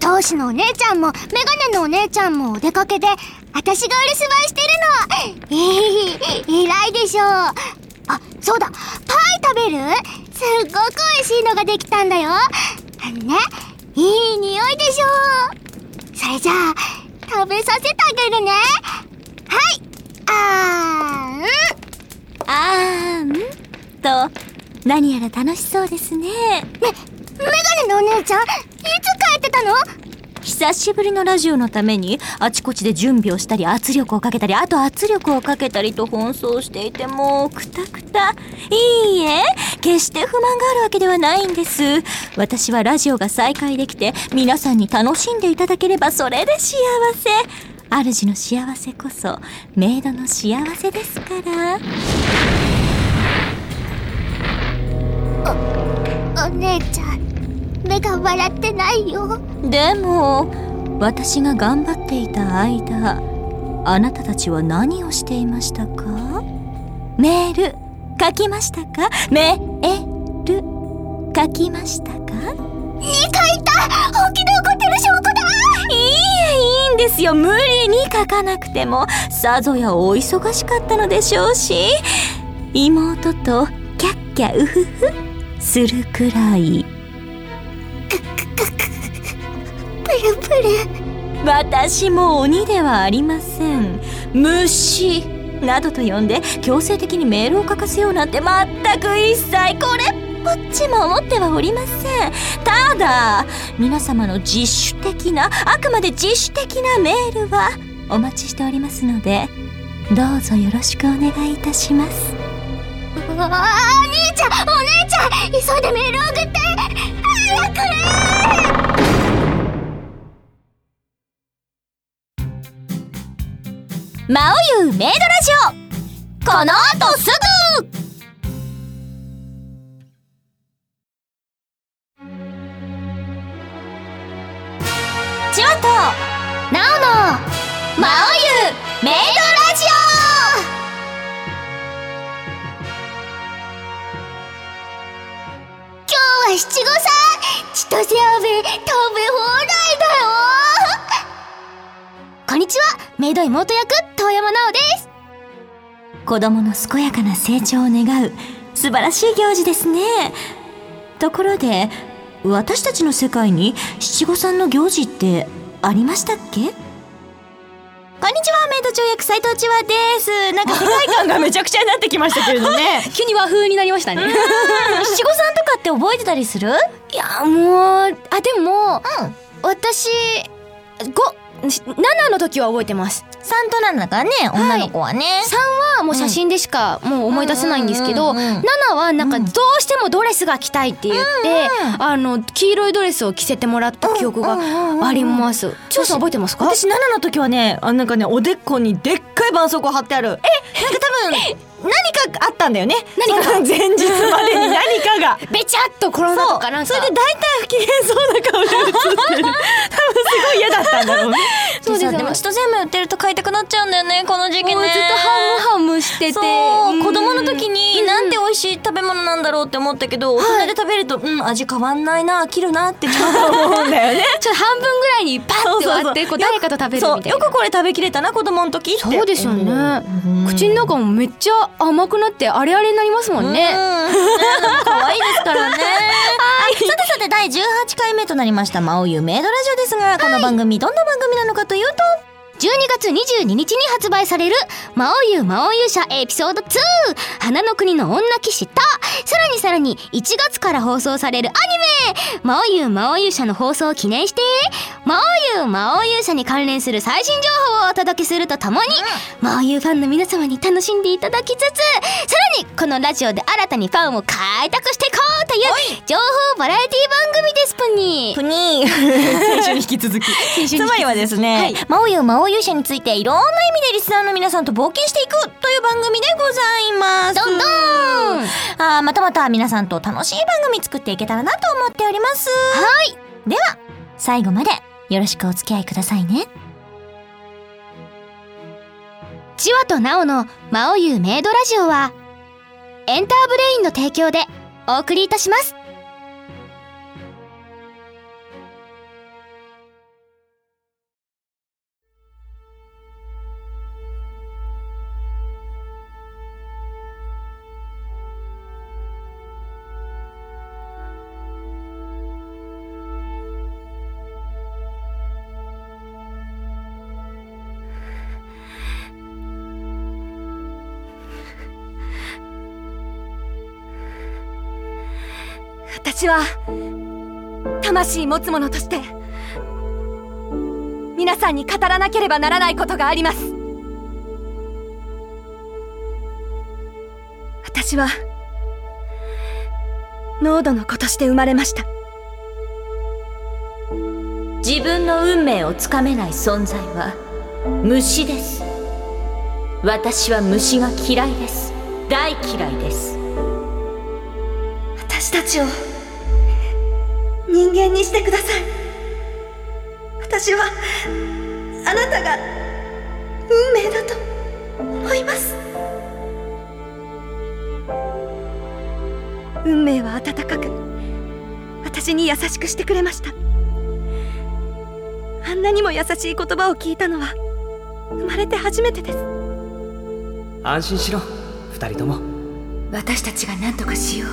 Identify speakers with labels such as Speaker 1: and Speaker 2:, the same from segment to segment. Speaker 1: 私のお姉ちゃんもメガネのお姉ちゃんもお出かけで私がお留守番してるのええ偉いでしょうあそうだパイ食べるすっごく美味しいのができたんだよあのねいい匂いでしょうそれじゃあ食べさせてあげるねはいあ
Speaker 2: あーんと何やら楽しそうですね
Speaker 1: ーんめメガネのお姉ちゃんいつ帰ってたの
Speaker 2: 久しぶりのラジオのためにあちこちで準備をしたり圧力をかけたりあと圧力をかけたりと奔走していてもうくたくたいいえ決して不満があるわけではないんです私はラジオが再開できて皆さんに楽しんでいただければそれで幸せ主の幸せこそメイドの幸せですから
Speaker 1: お姉ちゃん目が笑ってないよ
Speaker 2: でも私が頑張っていた間あなたたちは何をしていましたかメール書きましたかメール書きましたか
Speaker 1: 2回いた本気で怒ってる証拠だ
Speaker 2: いいえいいんですよ無理に書かなくてもさぞやお忙しかったのでしょうし妹とキャッキャウフフするくらい
Speaker 1: プルプル
Speaker 2: 私も鬼ではありません虫などと呼んで強制的にメールを書かせようなんて全く一切これっぽっちも思ってはおりませんただ皆様の自主的なあくまで自主的なメールはお待ちしておりますのでどうぞよろしくお願いいたします
Speaker 1: うわあお兄ちゃんお姉ちゃん急いでメール送って早く
Speaker 2: 魔王ゆうメイドラジオこの後すぐチワと
Speaker 1: なおの
Speaker 2: 魔王ゆうメイドラジ
Speaker 1: 今日は七五三千歳飴食べ放題だよこんにちはメイド妹役遠山奈央です
Speaker 2: オ子供の健やかな成長を願う素晴らしい行事ですねところで私たちの世界に七五三の行事ってありましたっけこんにちはメイド長役斉藤千和ですなんか世界観がめちゃくちゃになってきましたけれどね
Speaker 3: 急に和風になりましたね。
Speaker 2: 七五三とかって覚えてたりする
Speaker 3: いや、もう、あ、でも、私、5、し7の時は覚えてます。
Speaker 2: 三と7がね女の子はね、
Speaker 3: 3はもう写真でしかもう思い出せないんですけど、
Speaker 2: うんうんうんうん
Speaker 3: 7はなんかどうしてもドレスが着たいって言って、あの、黄色いドレスを着せてもらった記憶があります。ちょうさん覚えてますか
Speaker 4: 私7の時はねあなんかねおでこにでっかい絆創膏貼ってあるえなんか多分何かあったんだよね
Speaker 3: 何か
Speaker 4: その前日までに 何かが
Speaker 3: べちゃっと転んだとかなんか。
Speaker 4: それで大体不機嫌そうな顔で写っ てる多分すごい嫌だったんだろうね
Speaker 2: そう
Speaker 3: ですよね
Speaker 2: でもちと全部売ってると買いたくなっちゃうんだよねこの時期ね
Speaker 3: もうずっとハムハムしてて。
Speaker 2: そう
Speaker 3: うん
Speaker 2: 子供の時に
Speaker 3: うん
Speaker 2: なんて美味しい食べ物なんだろうって思ったけど、大人で食べると、うん味変わんないな飽きるなって
Speaker 4: 思うんだよね
Speaker 3: ちょっと半分ぐらいにパッて割っ
Speaker 4: そうそう
Speaker 3: て
Speaker 4: そう
Speaker 3: こう誰かと食べる
Speaker 4: そう
Speaker 3: みたいな
Speaker 4: よ。くこれ食べきれたな子供の時って
Speaker 3: そうですよね、
Speaker 4: うん
Speaker 3: 口の中もめっちゃ甘くなってあれあれになりますも ん
Speaker 2: ね、
Speaker 3: ね、
Speaker 2: 可愛いですからね。さてさて第18回目となりました「まおゆメイドラジオ」ですがこの番組どんな番組なのかというと
Speaker 1: 12月22日に発売される「魔王優魔王勇者エピソード2花の国の女騎士」とさらにさらに1月から放送されるアニメ「魔王優魔王勇者」の放送を記念して魔王優魔王勇者に関連する最新情報をお届けするとともに、魔王優ファンの皆様に楽しんでいただきつつさらにこのラジオで新たにファンを開拓していこうという情報バラエティ番組ですぷに
Speaker 2: プニー
Speaker 4: 先週に引き続きつまりはですね、
Speaker 2: はい、魔王優魔王勇者についていろんな意味でリスナーの皆さんと冒険していくという番組でございます。
Speaker 1: どんどん
Speaker 2: あーまたまた皆さんと楽しい番組作っていけたらなと思っております。はい。では、最後までよろしくお付き合いくださいね。
Speaker 1: チワとナオの魔王優メイドラジオは、エンターブレインの提供でお送りいたします。
Speaker 5: 私は魂持つ者として皆さんに語らなければならないことがあります私は濃度の子として生まれました
Speaker 2: 自分の運命をつかめない存在は虫です私は虫が嫌いです大嫌いです
Speaker 5: 私たちを人間にしてください私はあなたが運命だと思います運命は温かく私に優しくしてくれましたあんなにも優しい言葉を聞いたのは生まれて初めてです
Speaker 6: 安心しろ二人とも
Speaker 5: 私たちが何とかしよう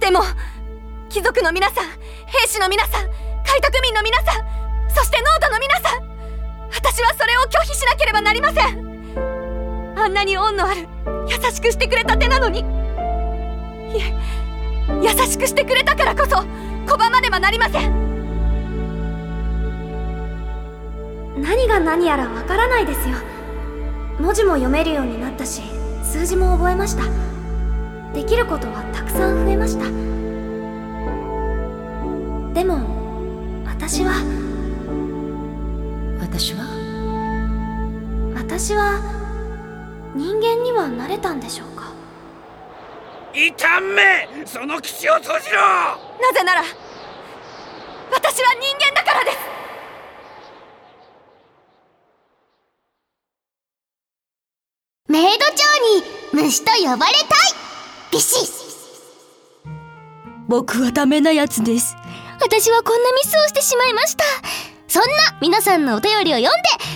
Speaker 5: でも貴族の皆さん兵士の皆さん開拓民の皆さんそしてノートの皆さん私はそれを拒否しなければなりませんあんなに恩のある優しくしてくれた手なのにいえ優しくしてくれたからこそ拒まねばなりません何が何やらわからないですよ文字も読めるようになったし数字も覚えましたできることはたくさん増えましたでも私は
Speaker 2: 私は
Speaker 5: 私は人間にはなれたんでしょうか
Speaker 7: 痛めその口を閉じろ
Speaker 5: なぜなら私は人間だからです
Speaker 1: メイド長に虫と呼ばれたいビシッ
Speaker 2: 僕はダメなやつです
Speaker 1: 私はこんなミスをしてしまいましたそんな皆さんのお便りを読んで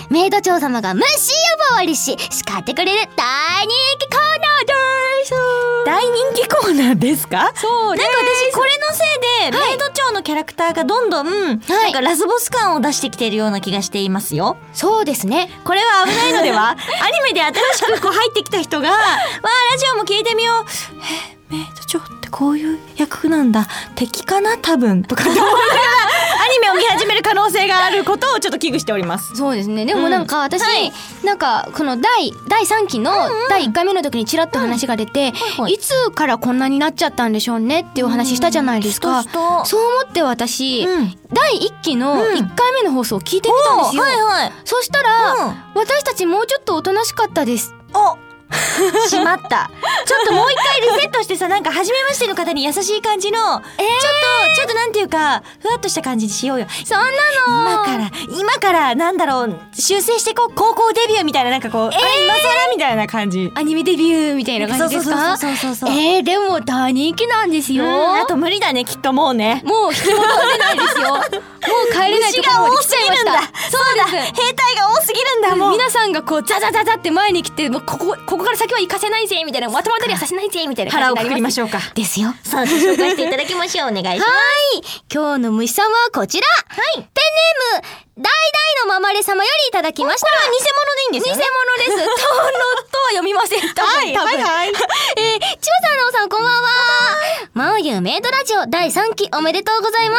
Speaker 1: メイド長様が虫呼ばわりし叱ってくれる大人気コーナーです
Speaker 2: 大人気コーナーですかそうなんか私これのせいで、メイド長のキャラクターがどんどん、なんかラスボス感を出してきているような気がしていますよ
Speaker 3: そうですね
Speaker 2: これは危ないので はアニメで新しくこう入ってきた人が「わあラジオも聞いてみよう」え「メイド長ってこういう役なんだ敵かな多分」とかって思い ながらアニメを見始める可能性があることをちょっと危惧しております。
Speaker 3: そうですねでもなんか私、なんかこの第第3期の第1回目の時にちらっと話が出て、
Speaker 2: はい
Speaker 3: いつからこんなになっちゃったんでしょうねっていうお話したじゃないですか、
Speaker 2: したした
Speaker 3: そう思って私、
Speaker 2: うん
Speaker 3: 第1期の
Speaker 2: うん
Speaker 3: 1回目の放送を聞いてみたんですよ、
Speaker 2: はいはい。
Speaker 3: そしたら、
Speaker 2: うん
Speaker 3: 私たちもうちょっとおとなしかったです
Speaker 2: おしまった。ちょっともう一回リセットしてさ、なんか初めましての方に優しい感じの、ちょっと、ちょっとなんていうか、ふわっとした感じにしようよ。
Speaker 3: そんな
Speaker 2: 今から、今から、なんだろう、修正してこう、高校デビューみたいな、なんかこう、え今更みたいな感じ。
Speaker 3: アニメデビューみたいな感じですか
Speaker 2: そうそうそうそうそうそう。
Speaker 3: えー、でも大人気なんですよ
Speaker 2: うんあと無理だね、きっともうね。
Speaker 3: もう引き戻れないですよもう帰れないと
Speaker 2: 虫
Speaker 3: ころ
Speaker 2: が
Speaker 3: まで
Speaker 2: 多
Speaker 3: 来
Speaker 2: す
Speaker 3: ちゃ
Speaker 2: ぎ
Speaker 3: いま
Speaker 2: る
Speaker 3: し
Speaker 2: ん
Speaker 3: た
Speaker 2: だ。そうだ、
Speaker 3: そう
Speaker 2: 兵
Speaker 3: です
Speaker 2: 隊が多すぎるんだ、もう。
Speaker 3: 皆さんがこうザザザザって前に来てもうここここから先は行かせないぜみたいなまとまったりはさせないぜみたいな
Speaker 2: 腹を
Speaker 3: 感じ
Speaker 2: くく
Speaker 3: に
Speaker 2: り
Speaker 3: なり
Speaker 2: ま
Speaker 3: ま
Speaker 2: し
Speaker 3: す
Speaker 2: ょうか。
Speaker 3: ですよ
Speaker 2: さあ、紹介していただきましょう。お願いします。
Speaker 1: はい今日の虫さんはこちらはいペンネーム大々のママレ様よりいただきましたこれは偽物でいいんですよ、偽物 ですとのとは読みません多分
Speaker 2: はい、はい、はい。
Speaker 1: えー、千葉さん、なおさん、こんばんは。まおゆメイドラジオ第3期おめでとうございま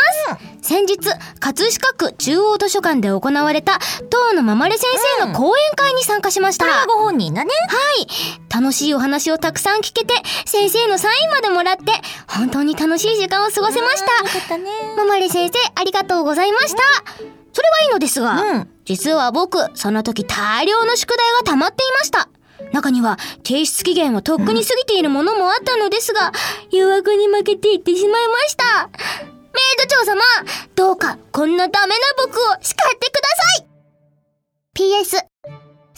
Speaker 1: す。先日、葛飾区中央図書館で行われた、当のままれ先生の講演会に参加しました。
Speaker 2: ご本人だね。
Speaker 1: はい。楽しいお話をたくさん聞けて、先生のサインまでもらって、本当に楽しい時間を過ごせました。ママレ先生、ありがとうございました。それはいいのですが、
Speaker 2: うん
Speaker 1: 実は僕、その時大量の宿題が溜まっていました。中には提出期限をとっくに過ぎているものもあったのですが、誘惑に負けていってしまいました。メイド長様、どうかこんなダメな僕を叱ってください !PS、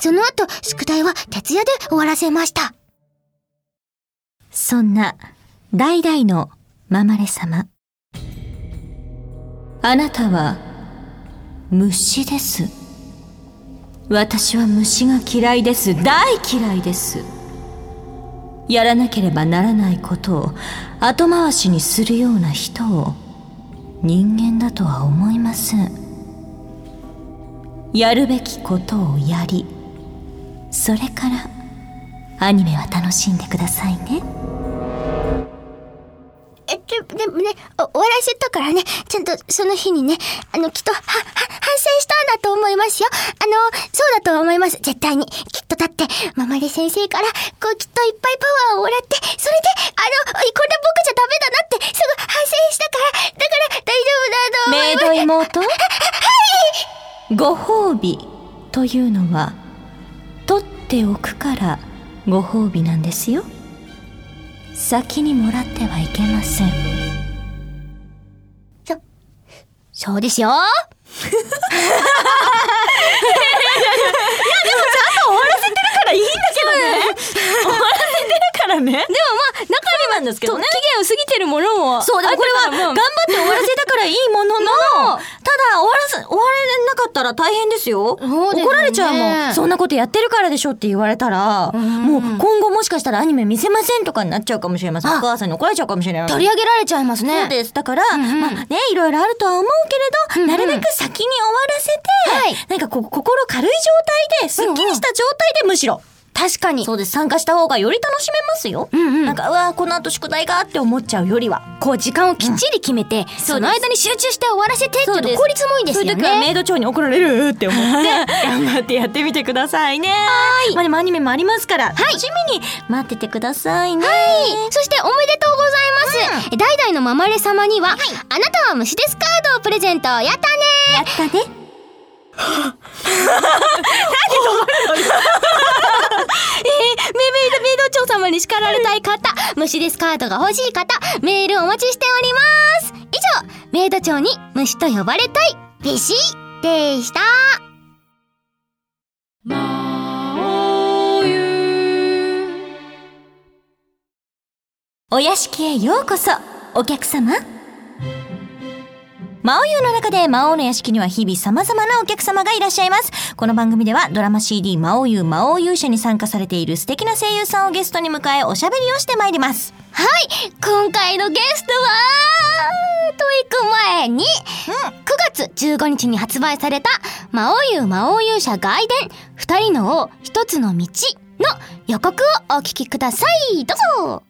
Speaker 1: その後、宿題は徹夜で終わらせました。
Speaker 2: そんな、代々のママレ様。あなたは、虫です。私は虫が嫌いです。大嫌いです。やらなければならないことを後回しにするような人を人間だとは思いません。やるべきことをやり、それからアニメは楽しんでくださいね。
Speaker 1: でもね、お終わらせたからね、ちゃんとその日にね、あの、きっと、は、は、反省したんだと思いますよ。あの、そうだと思います。絶対に。きっとだって、ママレ先生から、こう、きっといっぱいパワーをもらって、それで、あの、これ僕じゃダメだなって、すぐ反省したから、だから大丈夫だと思います
Speaker 2: メイド妹ご褒美というのは取っておくからご褒美なんですよ先にもらってはいけません
Speaker 1: そうですよ。いや、でもちゃんと終わらせてるからいいんだけどね。終わらせてるからね。でもまあ、中には、期限を過ぎてるものも。
Speaker 2: そうだこれは頑張って終わらせたからいいもののただ終わらせ終われなかったら大変ですよ
Speaker 3: そうですよね
Speaker 2: 怒られちゃうもんそんなことやってるからでしょって言われたらもう今後もしかしたらアニメ見せませんとかになっちゃうかもしれませんお母さんに怒られちゃうかもしれない
Speaker 3: 取り上げられちゃいますね。
Speaker 2: そうです。だから、まあね、いろいろあるとは思うけれど、なるべく先に終わらせて、なんかこう心軽い状態で、すっきりした状態でむしろ。
Speaker 3: 確かに。
Speaker 2: そうです。参加した方がより楽しめますよ。なんか、うわーこの後宿題がって思っちゃうよりは。
Speaker 3: こう、時間をきっちり決めて、その間に集中して終わらせてっていうの効率もいいです
Speaker 2: そうい
Speaker 3: よ
Speaker 2: う時はメ
Speaker 3: ね。
Speaker 2: イド長に怒られるって思 って、頑張ってやってみてくださいね。まあでもアニメもありますから、楽しみに待っててくださいね。
Speaker 1: はい。そしておめでとうございます。代々のママレ様には、あなたは虫ですカードをプレゼントやったね
Speaker 2: やったね。
Speaker 1: メイドメイド長様に叱られたい方、虫ですカードが欲しい方、メールお待ちしております。以上、メイド長に虫と呼ばれたい、ビシッでした。
Speaker 2: お屋敷へようこそ、お客様。魔王湯の中で魔王の屋敷には日々様々なお客様がいらっしゃいます。この番組ではドラマ CD 魔王湯魔王勇者に参加されている素敵な声優さんをゲストに迎えおしゃべりをしてまいります。
Speaker 1: 今回のゲストは、と行く前に、9月15日に発売された、魔王優魔王勇者外伝、二人の王、一つの道の予告をお聞きください。どうぞ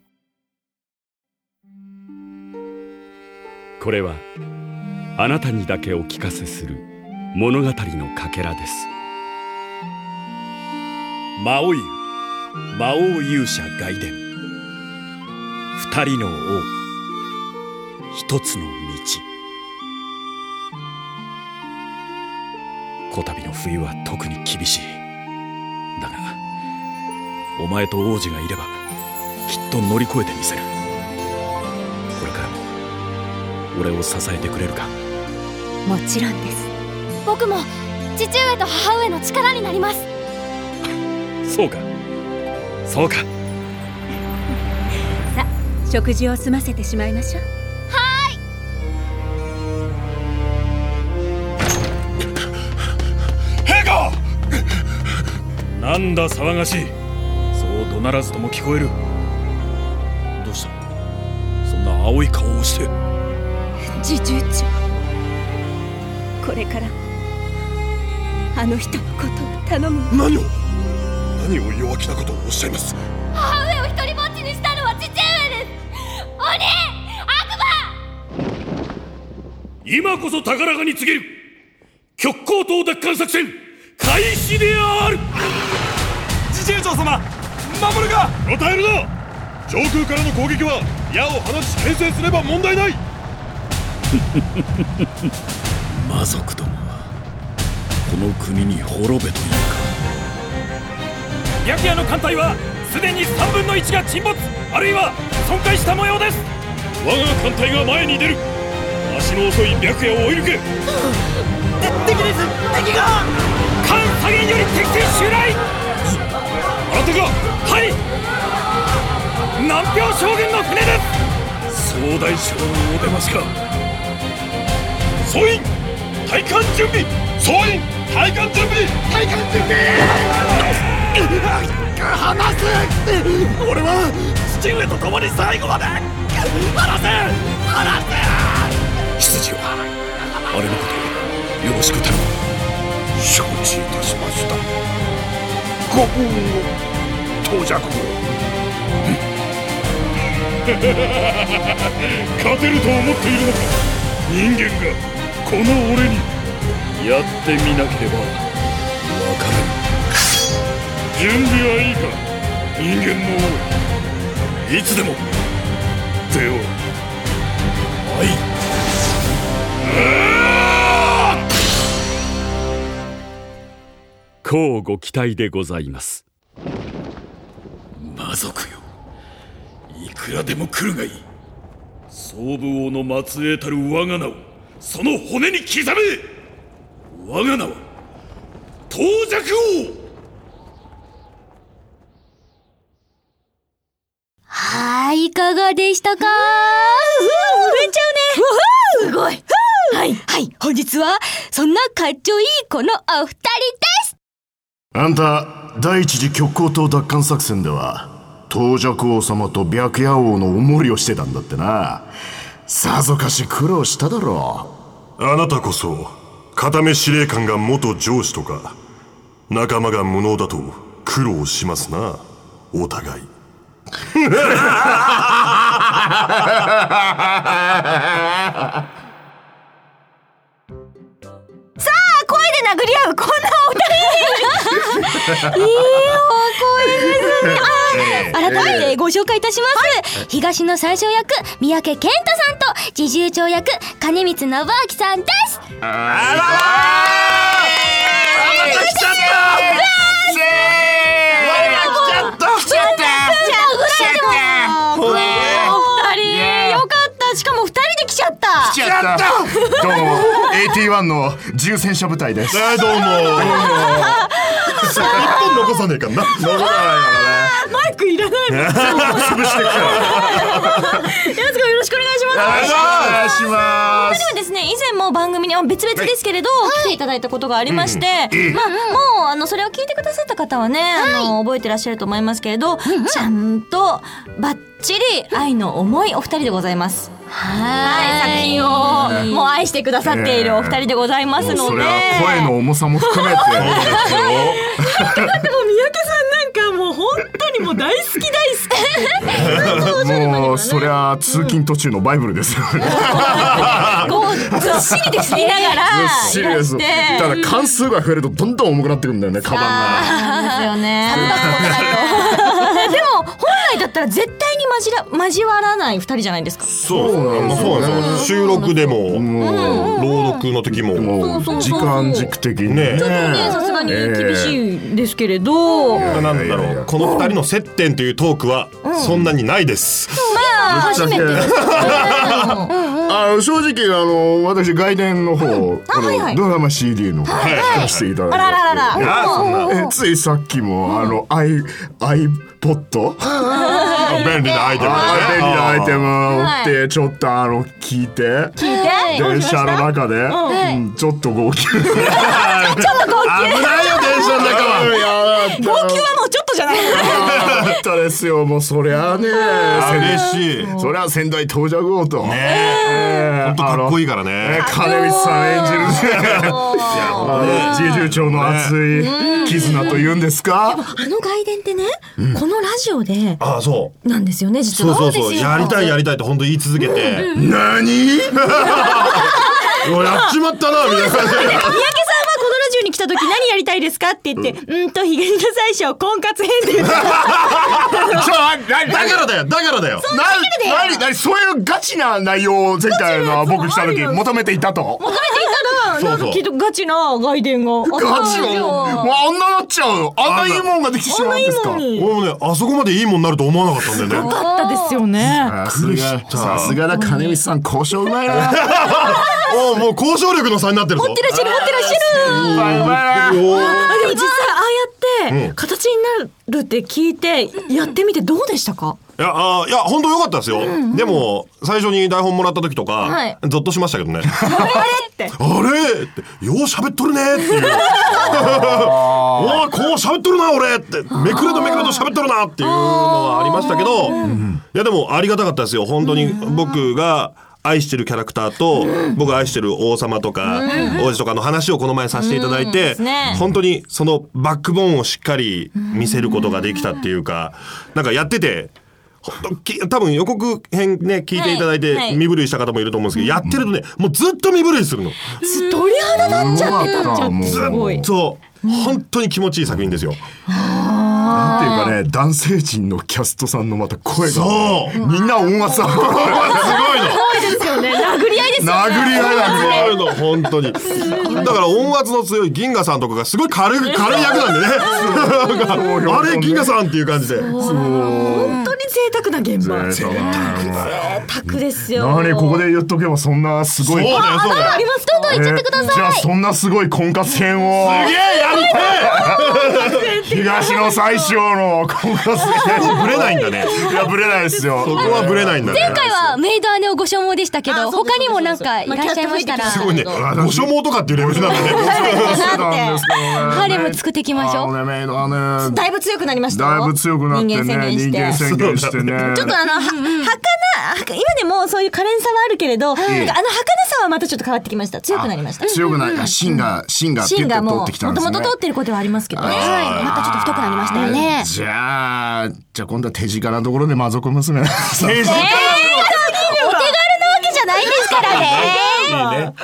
Speaker 8: これはあなたにだけお聞かせする物語のかけらです魔王湯魔王勇者外伝二人の王一つの道こたびの冬は特に厳しいだがお前と王子がいればきっと乗り越えてみせるこれからも俺を支えてくれるか
Speaker 2: もちろんです。
Speaker 9: 僕も父上と母上の力になります
Speaker 8: そうかそうか
Speaker 2: 食事を済ませてしまいましょう。
Speaker 10: 陛下
Speaker 8: なんだ騒がしいそう怒鳴らずとも聞こえるどうしたそんな青い顔をして
Speaker 11: 侍従長これからあの人のことを頼むわ
Speaker 10: 何を何を弱気なことをおっしゃいます
Speaker 9: 母上を一人ぼっちにしたのは父上です鬼悪魔
Speaker 8: 今こそ高らかに告げる極光島奪還作戦開始である
Speaker 10: 自治長様守るが
Speaker 8: 答えるぞ
Speaker 10: 上空からの攻撃は矢を放ち牽制すれば問題ない
Speaker 8: 魔族どもはこの国に滅べというか
Speaker 10: ヤキヤの艦隊はすでに3分の1が沈没あるいは損壊した模様です
Speaker 8: 我が艦隊が前に出る足の遅い白夜を追い抜け
Speaker 10: 艦左舷より敵戦襲来
Speaker 8: あなたが
Speaker 10: はい南氷将軍の船です
Speaker 8: 総大将のお出ましか
Speaker 10: 総員体艦準備総員体艦準備体艦準備離せ俺は父上と共に最後まで離せ離
Speaker 8: 羊よあれのことよろしく頼む
Speaker 10: せ承知いたしましたご武運を到着を
Speaker 12: 勝てると思っているのか人間がこの俺にやってみなければわからん準備はいいか人間の王いつでもでははい
Speaker 13: 乞うご期待でございます
Speaker 12: 魔族よいくらでも来るがいい総武王の末裔たる我が名をその骨に刻め我が名は東尺王
Speaker 3: はい、いかがでしたか
Speaker 2: すごい
Speaker 3: はい、本日は、そんなかっちょいいこのお二人です
Speaker 14: あんた第一次極光島奪還作戦では東尺王様と白夜王のおもりをしてたんだってなさぞかし苦労しただろ
Speaker 8: あなたこそ片目司令官が元上司とか仲間が無能だと苦労しますなお互い
Speaker 2: 声で殴り合うこんなお
Speaker 3: 改めてご紹介いたします、東の最小役、三宅健太さんと、侍従長役、金光信明さんです
Speaker 2: 二人よかったしかも二人で来ちゃった
Speaker 14: うやったどうも AT1 の重戦車部隊です
Speaker 8: えどう もどうもそう一本残さねえかんな残らないからねマイクいらないもん 潰してくから
Speaker 2: やつがよろしくお願いします
Speaker 14: 願いします
Speaker 2: ではですね以前も番組にあ別々ですけれど、来ていただいたことがありまして、まあ、もうあのそれを聞いてくださった方はね、あの覚えてらっしゃると思いますけれど、ちゃんとバッチリ愛の思いお二人でございます。はい作品をもう愛してくださっているお二人でございますので、
Speaker 14: それは声の重さも含 めて
Speaker 2: でも三宅さんなんかもう本当にもう大好き大好き
Speaker 14: もうそりゃ通勤途中のバイブルですよ ね
Speaker 2: こうずっしりですながら
Speaker 14: ずっしりです
Speaker 2: いらして
Speaker 14: ただ関数が増えるとどんどん重くなってくんだよねカバンが
Speaker 2: なんですよね。でも本来だったら絶対に交ら交わらない二人じゃないですか。
Speaker 8: そうそうそうなんですよ収録でも朗読の時も
Speaker 14: もう時間軸的に
Speaker 8: ね
Speaker 14: ね
Speaker 8: えちょっと
Speaker 2: さすがに厳
Speaker 14: い
Speaker 2: しいですけれど、ま
Speaker 8: なんだ
Speaker 14: いやいやい
Speaker 8: ろ
Speaker 14: や
Speaker 8: うこの二人の接点というトークはそんなにないです、
Speaker 2: あ初めてですけど。
Speaker 14: あの正直あの私外伝の方このドラマ CD の方聞かせていただいて
Speaker 2: あらららら
Speaker 14: いやそんなえついさっきもあの i iPod
Speaker 8: 便利なアイテム
Speaker 14: あー便利なアイテ
Speaker 8: ム
Speaker 14: ムをってちょっとあの聞いて
Speaker 2: 聞いて。
Speaker 14: 電車の中で、うんちょっと号泣危
Speaker 8: ないよ電車の中は
Speaker 14: 号泣
Speaker 2: 今もうちょっとじゃない。
Speaker 14: だったですよもうそりゃあね
Speaker 8: 嬉しいね
Speaker 14: そりゃ仙台到着王と、え
Speaker 8: ほんとかっこいいから
Speaker 14: え
Speaker 8: ね
Speaker 14: 金光さん演じるねあの侍従長の熱い絆というんですか、
Speaker 2: あの外伝ってね、このラジオで
Speaker 8: ああそう
Speaker 2: なんですよね実
Speaker 8: そう
Speaker 2: は。
Speaker 8: そうそうやりたいやりたいって本当言い続けて、
Speaker 14: 何
Speaker 8: うわやっちまったなみたいな感
Speaker 2: 三宅さんは
Speaker 8: じで
Speaker 2: このラジオに来た時何やりたいですかって言って、うんとひげりの 最初婚活編って言って。
Speaker 14: ちょ何
Speaker 8: だからだよだからだよ
Speaker 14: 何何そういうガチな内容を前回の僕来た時求めていたと
Speaker 2: だからなんかきっとガチな外伝があったん
Speaker 14: ガ
Speaker 2: です
Speaker 14: チ
Speaker 2: よ。
Speaker 14: もうあんななっちゃうのあんないいもんができてしまうんですか
Speaker 8: 俺もねあそこまでいいもんになると思わなかったんだよね
Speaker 2: あったですよね。
Speaker 14: さすがさすがだ金光さん交渉うまいな
Speaker 8: おうもう交渉力の差になってるぞ持って
Speaker 2: いらっしゃる持ってらっしゃる。
Speaker 14: うまいうまいな
Speaker 2: あでも実際ああやっ
Speaker 8: う
Speaker 2: て
Speaker 8: ん
Speaker 2: 形になるって聞いてやってみてどうでしたか。
Speaker 8: いやあーいや本当良かったですよ、でも最初に台本もらった時とか、
Speaker 2: はい
Speaker 8: ゾッとしましたけどねあれって あれってよう喋っとるねっていうおおこう喋っとるな俺ってめくれとめくれと喋っとるなっていうのはありましたけど、いやでもありがたかったですよ本当に僕が愛してるキャラクターと、僕が愛してる王様とか、王子とかの話をこの前させていただいて、
Speaker 2: すね
Speaker 8: 本当にそのバックボーンをしっかり見せることができたっていうか、なんかやっててほんとき多分予告編ね聞いていただい
Speaker 15: はいは
Speaker 8: て
Speaker 15: い
Speaker 8: 身震いした方もいると思うんですけど、やってるとねもうずっと身震いするの。
Speaker 15: ず鳥肌立っちゃってたんじゃん
Speaker 8: ずっと本当に気持ちいい作 品ですよ。
Speaker 14: なんていうかね男性陣のキャストさんのまた声が
Speaker 8: そう
Speaker 14: みんな音圧ある
Speaker 16: いですよね殴り合いですよね
Speaker 14: 殴り合いだ
Speaker 8: すごいの本当に。だから音圧の強い銀河さんとかがすごい軽 い軽い役なんでね。なん かあれ銀河さんっていう感じで。
Speaker 2: 本当に贅沢な現場
Speaker 14: 贅沢
Speaker 2: 贅沢ですよ
Speaker 14: 何ここで言っとけばそんなすごい
Speaker 8: そうだよそうだよあ
Speaker 2: りますか
Speaker 14: えーじゃあそんなすごい婚活編を
Speaker 8: すげえやりてえ
Speaker 14: 東の最小の婚活 編
Speaker 8: ぶれないんだね
Speaker 14: いやぶれないですよ
Speaker 8: そこはぶれないんだね
Speaker 3: 前回はメイド姉をご所望でしたけど他にもなんかいらっしゃいましたら
Speaker 8: すごいね。ご所望とかっていうレベルなん だね。
Speaker 14: なんですけどね
Speaker 3: ハーレム作っていきましょう
Speaker 14: あのねメイドはね
Speaker 2: だいぶ強くなりました
Speaker 14: だ
Speaker 2: よ
Speaker 14: いぶ強くなってね
Speaker 2: 人間宣言して
Speaker 14: 人間宣言してね
Speaker 2: ちょっとあの、は、はかな、はか今でもそういう可憐さはあるけれど、なんかあのはかなさはまたちょっと変わってきました。強くなりました。
Speaker 14: 強くなった芯が芯がピュ
Speaker 2: 芯
Speaker 14: ッ
Speaker 2: が
Speaker 14: と通
Speaker 2: も
Speaker 14: っ
Speaker 2: う、
Speaker 14: てきた
Speaker 2: も
Speaker 14: んで
Speaker 2: と
Speaker 14: す
Speaker 2: も
Speaker 14: ね
Speaker 2: と通ってることはありますけどね。
Speaker 14: はい
Speaker 2: またちょっと太くなりましたよね。
Speaker 14: じゃあじゃあ今度は手近なところで魔 族娘手近
Speaker 3: お手軽なわけじゃないですからね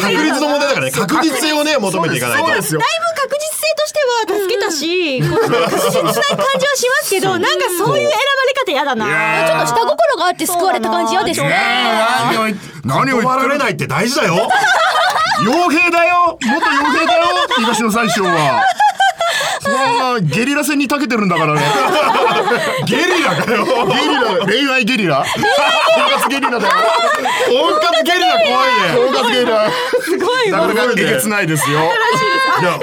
Speaker 8: 確率の問題だからね。確実性をね求めていかないと。
Speaker 14: そうですよ
Speaker 2: だいぶ確実性としては助けたし、こっちの確実な感じはしますけど、なんかそういう選ばれ方やだな。
Speaker 14: ちょっと
Speaker 2: 下心があって救われた感じ嫌ですね。
Speaker 14: 何を言って何を 言
Speaker 8: 断
Speaker 14: っ
Speaker 8: ら
Speaker 14: てる
Speaker 8: れないって大事だよ。
Speaker 14: 傭兵だよ元傭兵だよ東の最小はこんなゲリラ戦に長けてるんだ からね
Speaker 8: ゲリラだよ。
Speaker 14: ゲリラ恋愛ゲリラ婚活ゲリラだよ
Speaker 8: 婚活ゲリラ怖い
Speaker 14: 婚
Speaker 8: ね。
Speaker 14: 活ゲリラ
Speaker 2: すごい
Speaker 14: な
Speaker 2: わ。
Speaker 14: かなかえげつないですよ
Speaker 8: い
Speaker 2: でも
Speaker 8: や
Speaker 2: そんな中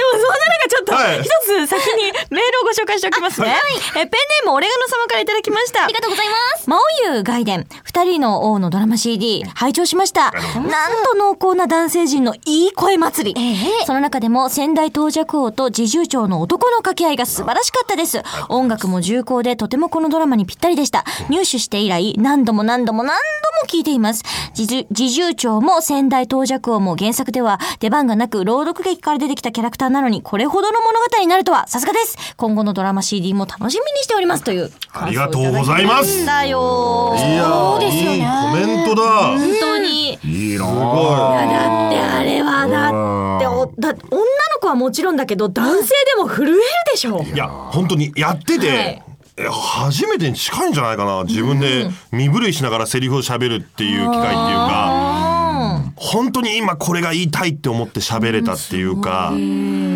Speaker 2: ちょっと
Speaker 8: はい
Speaker 2: 一つ先にメールをご紹介しておきますね。えペンネームオレガノ様からいただきました。ありがとうございます。
Speaker 15: 魔王優外伝、二人の王のドラマ CD、拝聴しました。なんと濃厚な男性陣のいい声祭り。その中でも、先代到着王と侍従長の男の掛け合いが素晴らしかったです。音楽も重厚で、とてもこのドラマにぴったりでした。入手して以来、何度も何度も何度も聞いています。侍従侍従長も先代到着王も原作では、出番がなく朗読劇から出てきたキャラクターなのに、これほどの物語になるとは、さすがです。今後のドラマ CD も楽しみにしております。という。
Speaker 8: ありがとうございます。
Speaker 2: だよ
Speaker 8: いやーいいコメントだ。
Speaker 2: 本当に。
Speaker 14: いいな
Speaker 2: だってあれはだっておだって女の子はもちろんだけど男性でも震えるでしょ。
Speaker 8: いや本当にやってて、え初めてに近いんじゃないかな自分で身震いしながらセリフを喋るっていう機会っていうか本当に今これが言いたいって思って喋れたっていうか。うん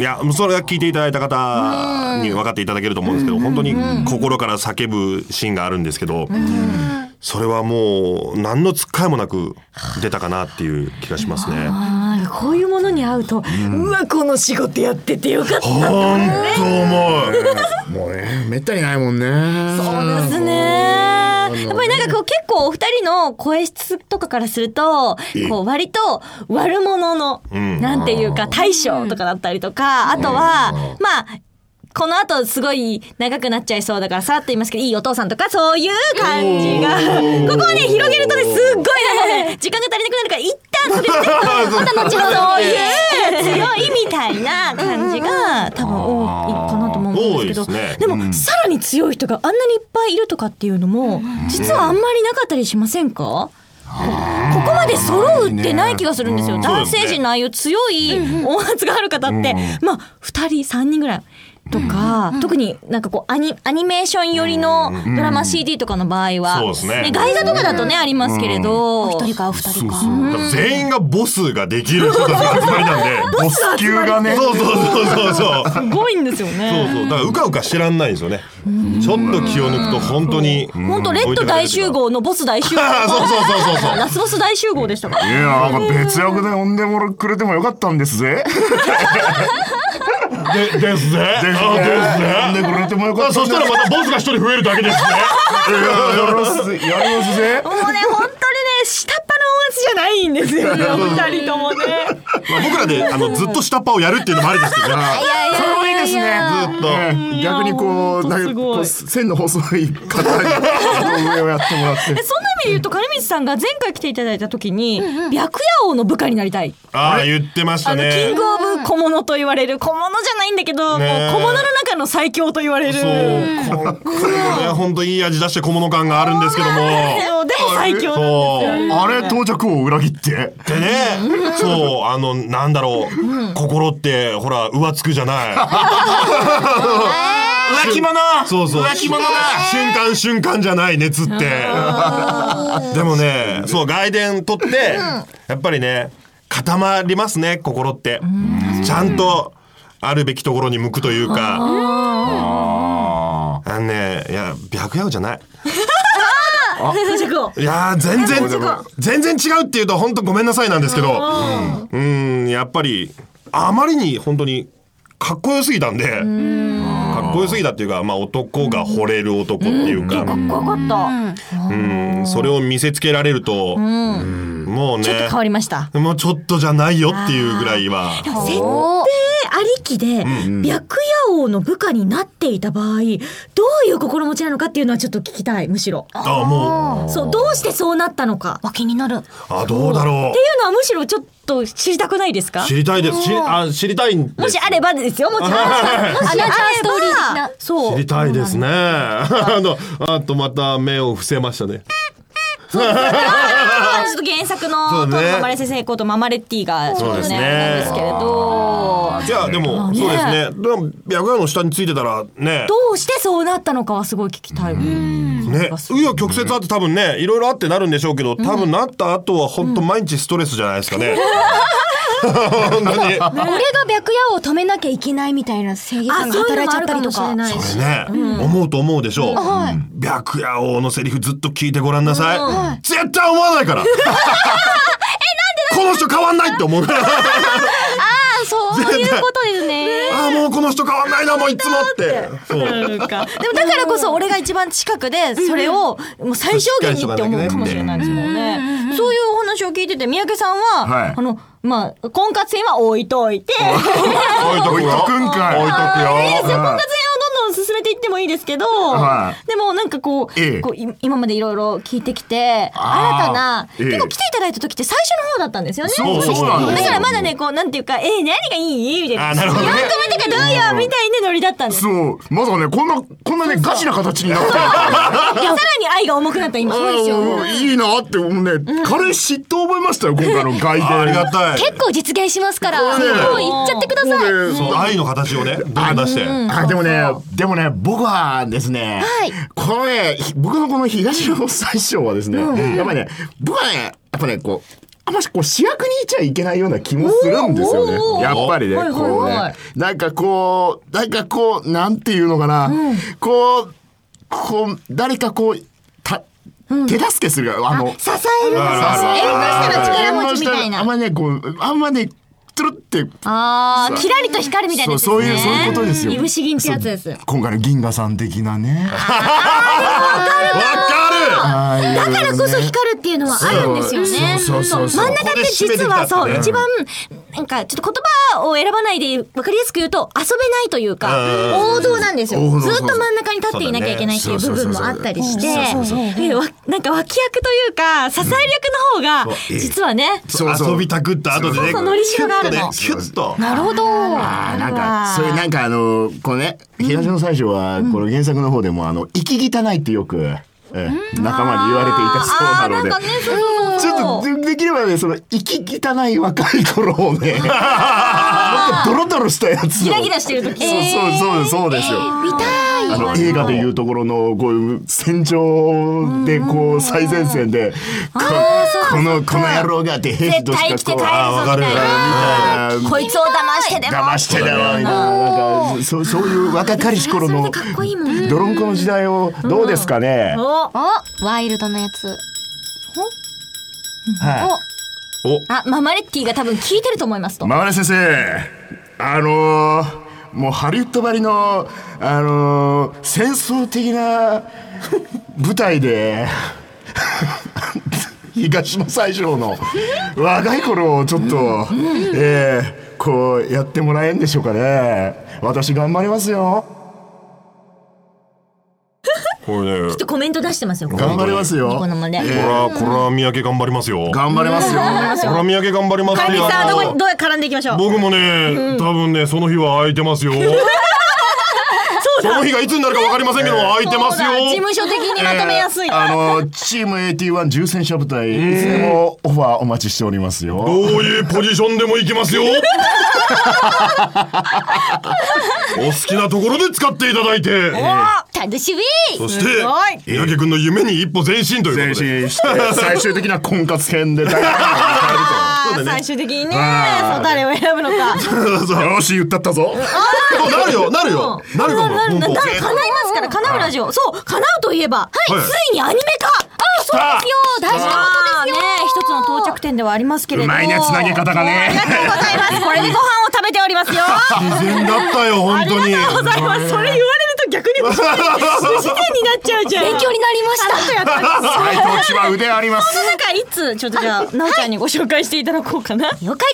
Speaker 8: いやそれは聞いていただいた方に分かっていただけると思うんですけど本当に心から叫ぶシーンがあるんですけどそれはもう何のつっかえもなく出たかなっていう気がしますね。
Speaker 2: ああこういうものに会うと、うわこの仕事やっててよかった。
Speaker 8: 本当思う
Speaker 14: もうねめったにないもんね
Speaker 2: そうですね。やっぱりなんかこう結構お二人の声質とかからすると、こう割と悪者の、
Speaker 8: ん
Speaker 2: なんていうか大将とかだったりとか、あとは、まあ、この後すごい長くなっちゃいそうだからさらっと言いますけど、いいお父さんとかそういう感じが、ここをね、広げるとね、すっごいなんかね、時間が足りなくなるから、一旦それをねまた後ほどそういう強いみたいな感じが多分多いかなと思うんですけど、
Speaker 8: 多いですね
Speaker 2: でも、さらに強い人があんなにいっぱいいるとかっていうのも、実はあんまりなかったりしませんか、こここまで揃うってない気がするんですよ。
Speaker 8: ん
Speaker 2: 男性陣のああいう強い音圧がある方って、まあ、2人、3人ぐらい。とか、特になんかこうアニアニメーション寄りのドラマ CD とかの場合は、
Speaker 8: そうですね
Speaker 2: 外画とかだとね、ありますけれど、お一人かお二人
Speaker 14: そうそう
Speaker 8: だから全員がボスができる人たちの集まりなんで
Speaker 14: ボス級が ね
Speaker 8: そうそうそうそうそうそう
Speaker 2: すごいんですよね。
Speaker 8: そうだからうかうか知らんないんですよねちょっと気を抜くと本当に
Speaker 2: 本当レッド大集合のボス大集合
Speaker 8: そうそうそう そう
Speaker 2: ラスボス大集合でしたから
Speaker 14: いやなんか別役で呼んでもらくれてもよかったんですぜ
Speaker 8: で ですねあ
Speaker 14: 呼んで
Speaker 8: ですね
Speaker 14: くれてもよかったん
Speaker 8: そしたらまたボスが一人増えるだけですね
Speaker 14: らやりますやりますぜ
Speaker 2: もうね本当にね下っ端の音圧じゃないんです よね二人ともね
Speaker 8: まあ僕らであのずっと下っ端をやるっていうのもありですけどね
Speaker 14: それもいいですね
Speaker 8: ずっと
Speaker 14: うん逆にこう
Speaker 2: いや
Speaker 14: なん
Speaker 2: ほ
Speaker 14: か
Speaker 2: んとすごい
Speaker 14: こう線の細い方の上をやってもらっ て
Speaker 2: でそんな意味で言うと金光さんが前回来ていただいた時に白夜王の部下になりたい
Speaker 8: ああ言ってまし
Speaker 2: あ
Speaker 8: た
Speaker 2: のキン
Speaker 8: ね
Speaker 2: グオブ小物と言われる小物じゃないんだけどもう
Speaker 8: ねえ
Speaker 2: 小物の中の最強と言われる
Speaker 8: そうここれもね本当いい味出して小物感があるんですけども
Speaker 2: そうでも 最強
Speaker 8: そう
Speaker 14: あれ到着を裏切って
Speaker 8: でねそうあのなんだろう心ってほら浮つくじゃない
Speaker 17: 浮気者
Speaker 8: そうそう
Speaker 17: 浮気者だ
Speaker 8: 瞬間瞬間じゃない熱ってでもねそう外伝取ってやっぱりね固まりますね心ってちゃんとあるべきところに向くというかあのねいや白夜じゃない
Speaker 2: あ到着を
Speaker 8: いやー全然
Speaker 2: 到着を
Speaker 8: 全然違うっていうと本当ごめんなさいなんですけどうんやっぱりあまりに本当にかっこよすぎたんでかっこよすぎたっていうか、まあ、男が惚れる男っていうか
Speaker 2: 怖かった
Speaker 8: うんそれを見せつけられるともうね
Speaker 2: ちょっと変わりました
Speaker 8: もうちょっとじゃないよっていうぐらいは
Speaker 2: でも設定ありきで
Speaker 8: うん
Speaker 2: 白夜王の部下になっていた場合どういう心持ちなのかっていうのはちょっと聞きたいむしろ
Speaker 8: あもう
Speaker 2: そうどうしてそうなったのか気になるっていう
Speaker 8: あどうだろ
Speaker 2: のはむしろちょっと知りたくないです
Speaker 8: う
Speaker 2: か
Speaker 8: 知りたいですしあ知りたいんです
Speaker 2: もしあればですよもちろん
Speaker 8: はい
Speaker 2: もしあればそう
Speaker 8: 知りたいですね。 あの、あとまた目を伏せましたね。
Speaker 2: あちょっと原作
Speaker 8: そ
Speaker 2: の
Speaker 8: うね
Speaker 2: ママレセセイコとママレッティがちょっとねあれなんですけれど
Speaker 8: いや、でも、そうですね。でも、白夜の下についてたら、ね。
Speaker 2: どうしてそうなったのかはすごい聞きたい。
Speaker 8: ね、紆余曲折あって多分ねいろいろあってなるんでしょうけど多分なった後は本当毎日ストレスじゃないですかね。本 当に
Speaker 16: 俺が白夜を止めなきゃいけないみたいな正義感が働いちゃったりとか。
Speaker 8: これね、思うと思うでしょう、白夜王のセリフずっと聞いてごらんなさい、絶対思わないから この人変わんないって 思うから
Speaker 16: ああ、そういうことですね。
Speaker 8: ああもうこの人変わんないなもういつもって そう
Speaker 2: なんかでもだからこそ俺が一番近くでそれをもう最小限にって思うかもしれないですもんね。そういうお話を聞いてて三宅さんは、
Speaker 8: はい
Speaker 2: あのまあ婚活戦は置いと いて。
Speaker 8: 置いとくよ
Speaker 14: 置いとくんかい
Speaker 8: 置いとくよ
Speaker 2: いいですよ、婚活編を
Speaker 8: うん
Speaker 2: どんどん進めていってもいいですけど、
Speaker 8: は
Speaker 2: でもなんかこう,、
Speaker 8: ええ
Speaker 2: こうい今までいろいろ聞いてきて
Speaker 8: あー
Speaker 2: 新たな、
Speaker 8: ええ
Speaker 2: 結構来ていただいた時って最初の方だったんですよね
Speaker 8: そうそうなんですよ
Speaker 2: だからまだねこうなんていうか「えー、何がいい?」みたいな
Speaker 8: あーなるほどね
Speaker 2: 4個目とかどうよ」みたいなノリだったんです
Speaker 14: そうまさかねこんなこんなねガチな形になって
Speaker 2: さらに愛が重くなった今
Speaker 14: うんいいなってもうね彼氏って覚えましたよ今回の外伝
Speaker 8: ありがたい
Speaker 3: 結構実現しますから、
Speaker 14: そうね
Speaker 3: もう行っちゃってください。
Speaker 14: もうね
Speaker 8: そう愛の形をねどんどん出して
Speaker 14: あでもねでもね僕はですね、このねひ僕のこの東の最初はですね、やっぱりね僕はねやっぱねこうあんましこう主役にいちゃいけないような気もするんですよ
Speaker 2: おー
Speaker 14: ねやっぱりね,、
Speaker 2: はいはいはい
Speaker 14: こうねなんかこうなんかこうなんていうのかな、こうこう誰かこうた手助けするあの
Speaker 2: 支える
Speaker 14: あるある
Speaker 2: 縁の下の力持ちみたい
Speaker 14: あん
Speaker 2: な
Speaker 14: まねこうあんまねつるって
Speaker 2: あーキラリと光るみたいなやつですね
Speaker 14: そうそういうそういうことですよ
Speaker 2: いぶし銀ってやつです
Speaker 14: 今回の銀河さん的なね。
Speaker 8: わか
Speaker 14: だ
Speaker 2: だからこそ光るっていうのはあるんですよね。
Speaker 14: そうそうそうそう
Speaker 2: 真ん中って実は
Speaker 8: ここ
Speaker 2: そ
Speaker 8: で締
Speaker 2: う、
Speaker 8: めてき
Speaker 2: 一番、なんかちょっと言葉を選ばないで分かりやすく言うと遊べないというか、
Speaker 8: うん
Speaker 2: 王道なんですよ。
Speaker 14: 王道
Speaker 2: ずっと
Speaker 14: そうそう
Speaker 2: 真ん中に立っていなきゃいけないっていう部分もあったりして、でわなんか脇役というか、支える役の方が、
Speaker 8: うん
Speaker 2: 実はね、
Speaker 14: そうそう
Speaker 8: る遊びたくった後で
Speaker 2: そう
Speaker 8: ね
Speaker 2: そうのりしろがあるの
Speaker 8: キュッとね
Speaker 3: なるほど。
Speaker 14: あーなんかそういうなんかあのこのね東野最初はこの原作の方でもあの息汚いってよく、ええ仲間に言われていたそうなので。
Speaker 2: そうそう
Speaker 14: ちょっとでできればねその息汚い若い頃をねもっとドロドロしたやつを
Speaker 2: ギラギラしてる時
Speaker 14: そうそうそうですそうですよ、
Speaker 3: 見たい。
Speaker 14: あの映画でいうところのこういう戦場でこう最前線でここのこの野郎がって兵士としか
Speaker 2: 絶対生きて
Speaker 14: こ
Speaker 2: 帰る
Speaker 14: う
Speaker 2: ぞ
Speaker 8: あーわかる
Speaker 2: みたい
Speaker 14: あー
Speaker 2: こいつを騙してでも。
Speaker 14: 騙してだわみたいななんかそうそういう若かりし頃の泥んこの時代をどうですかね、
Speaker 2: お
Speaker 3: お、ワイルドなやつ。
Speaker 14: は
Speaker 2: あ、ママレッティが多分聞いてると思います
Speaker 14: い
Speaker 2: と。
Speaker 14: ママレ先生あのー、もうハリウッドばりのあのー、戦争的な舞台で 東の最小の若い頃をちょっと、えーこうやってもらえんでしょうかね私頑張りますよ
Speaker 8: これね
Speaker 2: ちょっとコメント出してますよ。こ
Speaker 14: 頑張りますよ
Speaker 2: このままで。
Speaker 8: こらこら三宅頑張りますよこ
Speaker 14: 頑張り ますよ
Speaker 8: ら三宅頑張ります
Speaker 2: カルピ
Speaker 8: よ
Speaker 2: スさん、どこに、どう絡んでいきましょう。
Speaker 8: 僕もね、多分ねその日は空いてますよ。この日がいつになるかわかりませんけど、空いてますよ。
Speaker 2: 事務所的にまとめやすい。
Speaker 14: えーあのチーム81重戦車部隊いつでもオファーお待ちしておりますよ
Speaker 8: どういうポジションでもい けますよ。お好きなところで使っていただいて。
Speaker 3: 楽しみ
Speaker 8: そして、三宅君の夢に一歩前進ということで。
Speaker 14: して最終的な婚活編で大
Speaker 2: あー最終的にね、そう誰を選ぶのか。
Speaker 14: よし言ったったぞ
Speaker 8: そう なるよ、なるよ。なるかも。
Speaker 2: な
Speaker 8: 本当
Speaker 2: 叶いますから、叶うラジオ。そう、叶うといえば、
Speaker 8: はい
Speaker 2: ついにアニメ化あ、そう
Speaker 8: さあ
Speaker 3: 大事な
Speaker 2: だね、一つの到着点ではありますけれど
Speaker 14: うまいねつなげ方がね
Speaker 2: ありがとうございます。これでご飯を食べておりますよ。
Speaker 8: 自然だったよ、本当に。
Speaker 2: ございます。それ言われると逆に不自然不自然になっちゃうじゃん。勉強になりました。やったんです
Speaker 14: 斎藤千葉腕あります
Speaker 2: なんかいつちょっとじゃあなおちゃんにご紹介していただこうかな。
Speaker 3: 了解で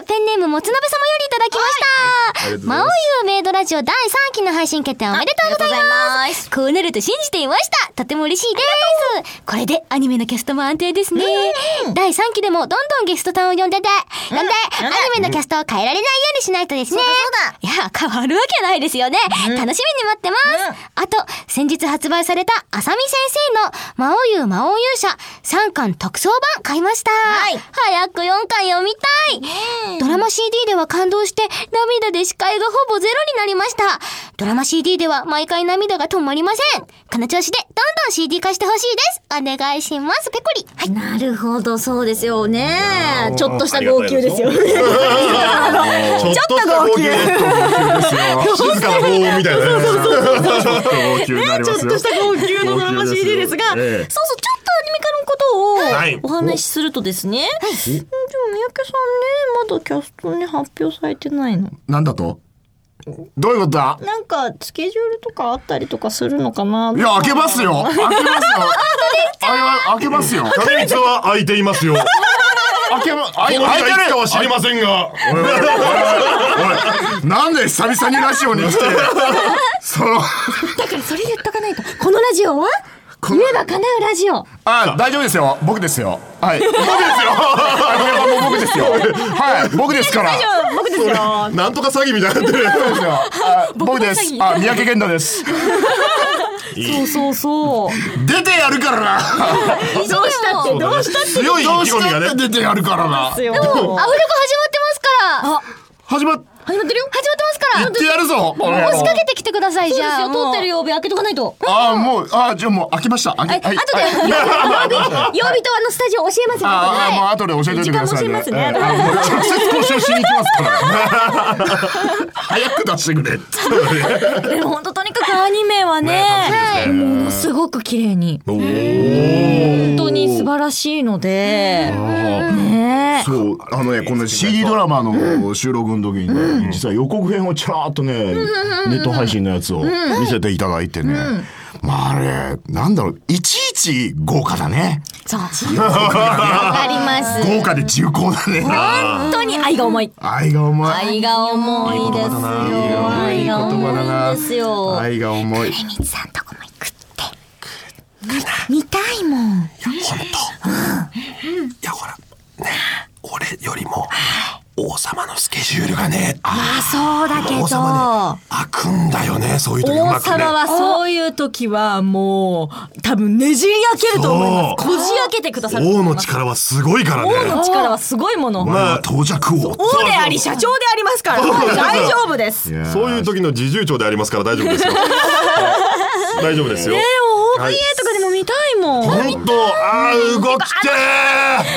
Speaker 3: すペンネームもつ鍋様よりいただきました、
Speaker 14: はい
Speaker 3: 魔王ゆうメイドラジオ第3期の配信決定おめでとうございますこうなると信じていましたとても嬉しいですこれでアニメのキャストも安定ですね第3期でもどんどんゲストさんを呼んでて呼んでアニメのキャストを変えられないようにしないとですねそうだいや変わるわけないですよね、楽しみに待ってます、あと先日発売されたあさみ先生の魔王ゆう魔王勇者3巻特装版買いました、早く4巻読みたい、ドラマ CD では感動して涙で視界がほぼゼロになりましたドラマ CD では毎回涙が止まりませんこの調子でどんどん CD 化してほしいですお願いしますペコリはい
Speaker 2: なるほど、そうですよね。ちょっとした
Speaker 8: ありが
Speaker 2: 号
Speaker 8: たい
Speaker 2: 泣ですよ。
Speaker 8: ちょっとした号泣
Speaker 2: ち
Speaker 8: 静かな棒みたいなね。
Speaker 14: ちょっと号泣になりますよ
Speaker 2: ょっとした号泣のドラマ CD ですが、
Speaker 14: 号泣ですよえ
Speaker 2: そ
Speaker 14: え
Speaker 2: うそう、ちょっとアニメ化
Speaker 8: は
Speaker 2: の
Speaker 8: い
Speaker 2: ことをお話しするとですね、でも三宅さんね、まだキャストに発表されてないの。
Speaker 14: なんだとどういうことだ
Speaker 2: なんか、スケジュールとかあったりとかするのかない
Speaker 14: や開けますよ開けますよあれは開けますよ
Speaker 8: 竹光は空いていますよ。
Speaker 14: 開けま
Speaker 8: あ
Speaker 14: 開
Speaker 8: い
Speaker 14: い
Speaker 8: つか
Speaker 14: 開いてる
Speaker 8: は知りませんが。
Speaker 14: おいおいおいおいなんで久々にラジオに来 てその
Speaker 2: だからそれ言っとかないと。このラジオは言えば叶うラジオ。
Speaker 14: あ大丈夫ですよ僕ですよはい僕ですよ あこれはもう僕ですよはい僕ですから
Speaker 2: 僕ですよ。
Speaker 8: なんとか詐欺みたいになってる。
Speaker 14: 僕ですよあ僕ですあ三宅健太です
Speaker 2: そうそうそう。
Speaker 14: 出てやるからな
Speaker 2: どうしたって、どうしたって
Speaker 8: 強い意気込みがね。
Speaker 14: 出てやるからな
Speaker 2: ですよ。
Speaker 3: アフレコ始まってますから
Speaker 14: 始まっ
Speaker 2: 始まってるよ。
Speaker 3: 始まってますから
Speaker 14: 言ってやるぞこの野郎
Speaker 3: 押しかけてきてください
Speaker 2: そう
Speaker 3: じ
Speaker 2: です
Speaker 3: ゃあ
Speaker 2: よ。通ってる曜日開けとかないと。
Speaker 14: あーもうあーじゃあもう開けました開けはい
Speaker 2: 後で
Speaker 14: はい
Speaker 2: 曜日、曜日とあのスタジオ教えますよ。
Speaker 14: あーあーもう後で教えておいてくださいね。えーあーもう直接交渉しに行きます から。早く出してくれ。
Speaker 2: でも本当とにかくアニメはね、ものすごく綺麗に。
Speaker 8: お
Speaker 2: 本当に素晴らしいので、ねえ
Speaker 14: そうあのねこの CD ドラマの収録の時にね実は予告編をちらっとねネット配信のやつを見せていただいてね。まああれなんだろういちいち豪華だね。
Speaker 2: あります。
Speaker 14: 豪華で重厚だね。
Speaker 2: 本当に愛が重い。
Speaker 14: 愛が重い。
Speaker 2: 愛が重いですよ。
Speaker 14: いい
Speaker 2: 愛
Speaker 14: 言
Speaker 2: が
Speaker 14: 葉だな
Speaker 2: 重いですよ。
Speaker 14: 愛が重い。
Speaker 2: 見たいもん。
Speaker 8: いやほら、ね、俺よりも王様のスケジュールがね、
Speaker 2: あ、そうだけど。王様
Speaker 8: 開くんだよね、そういう時うまくね。
Speaker 2: はそういう時はもう多分ねじり開けると思います。こじ開けてくださると思
Speaker 8: 王
Speaker 2: い
Speaker 8: の
Speaker 2: ます。
Speaker 8: 力はすごいからね。
Speaker 2: 王の力はすごいもの。
Speaker 8: まあ
Speaker 14: 到着王。
Speaker 2: 王であり社長でありますから大丈夫です。ね
Speaker 8: そういう時の自重長でありますから大丈夫 ですよ。大丈夫ですよ。
Speaker 2: え、OVA とかでも見たいもん。
Speaker 8: 本当、あー動きてー。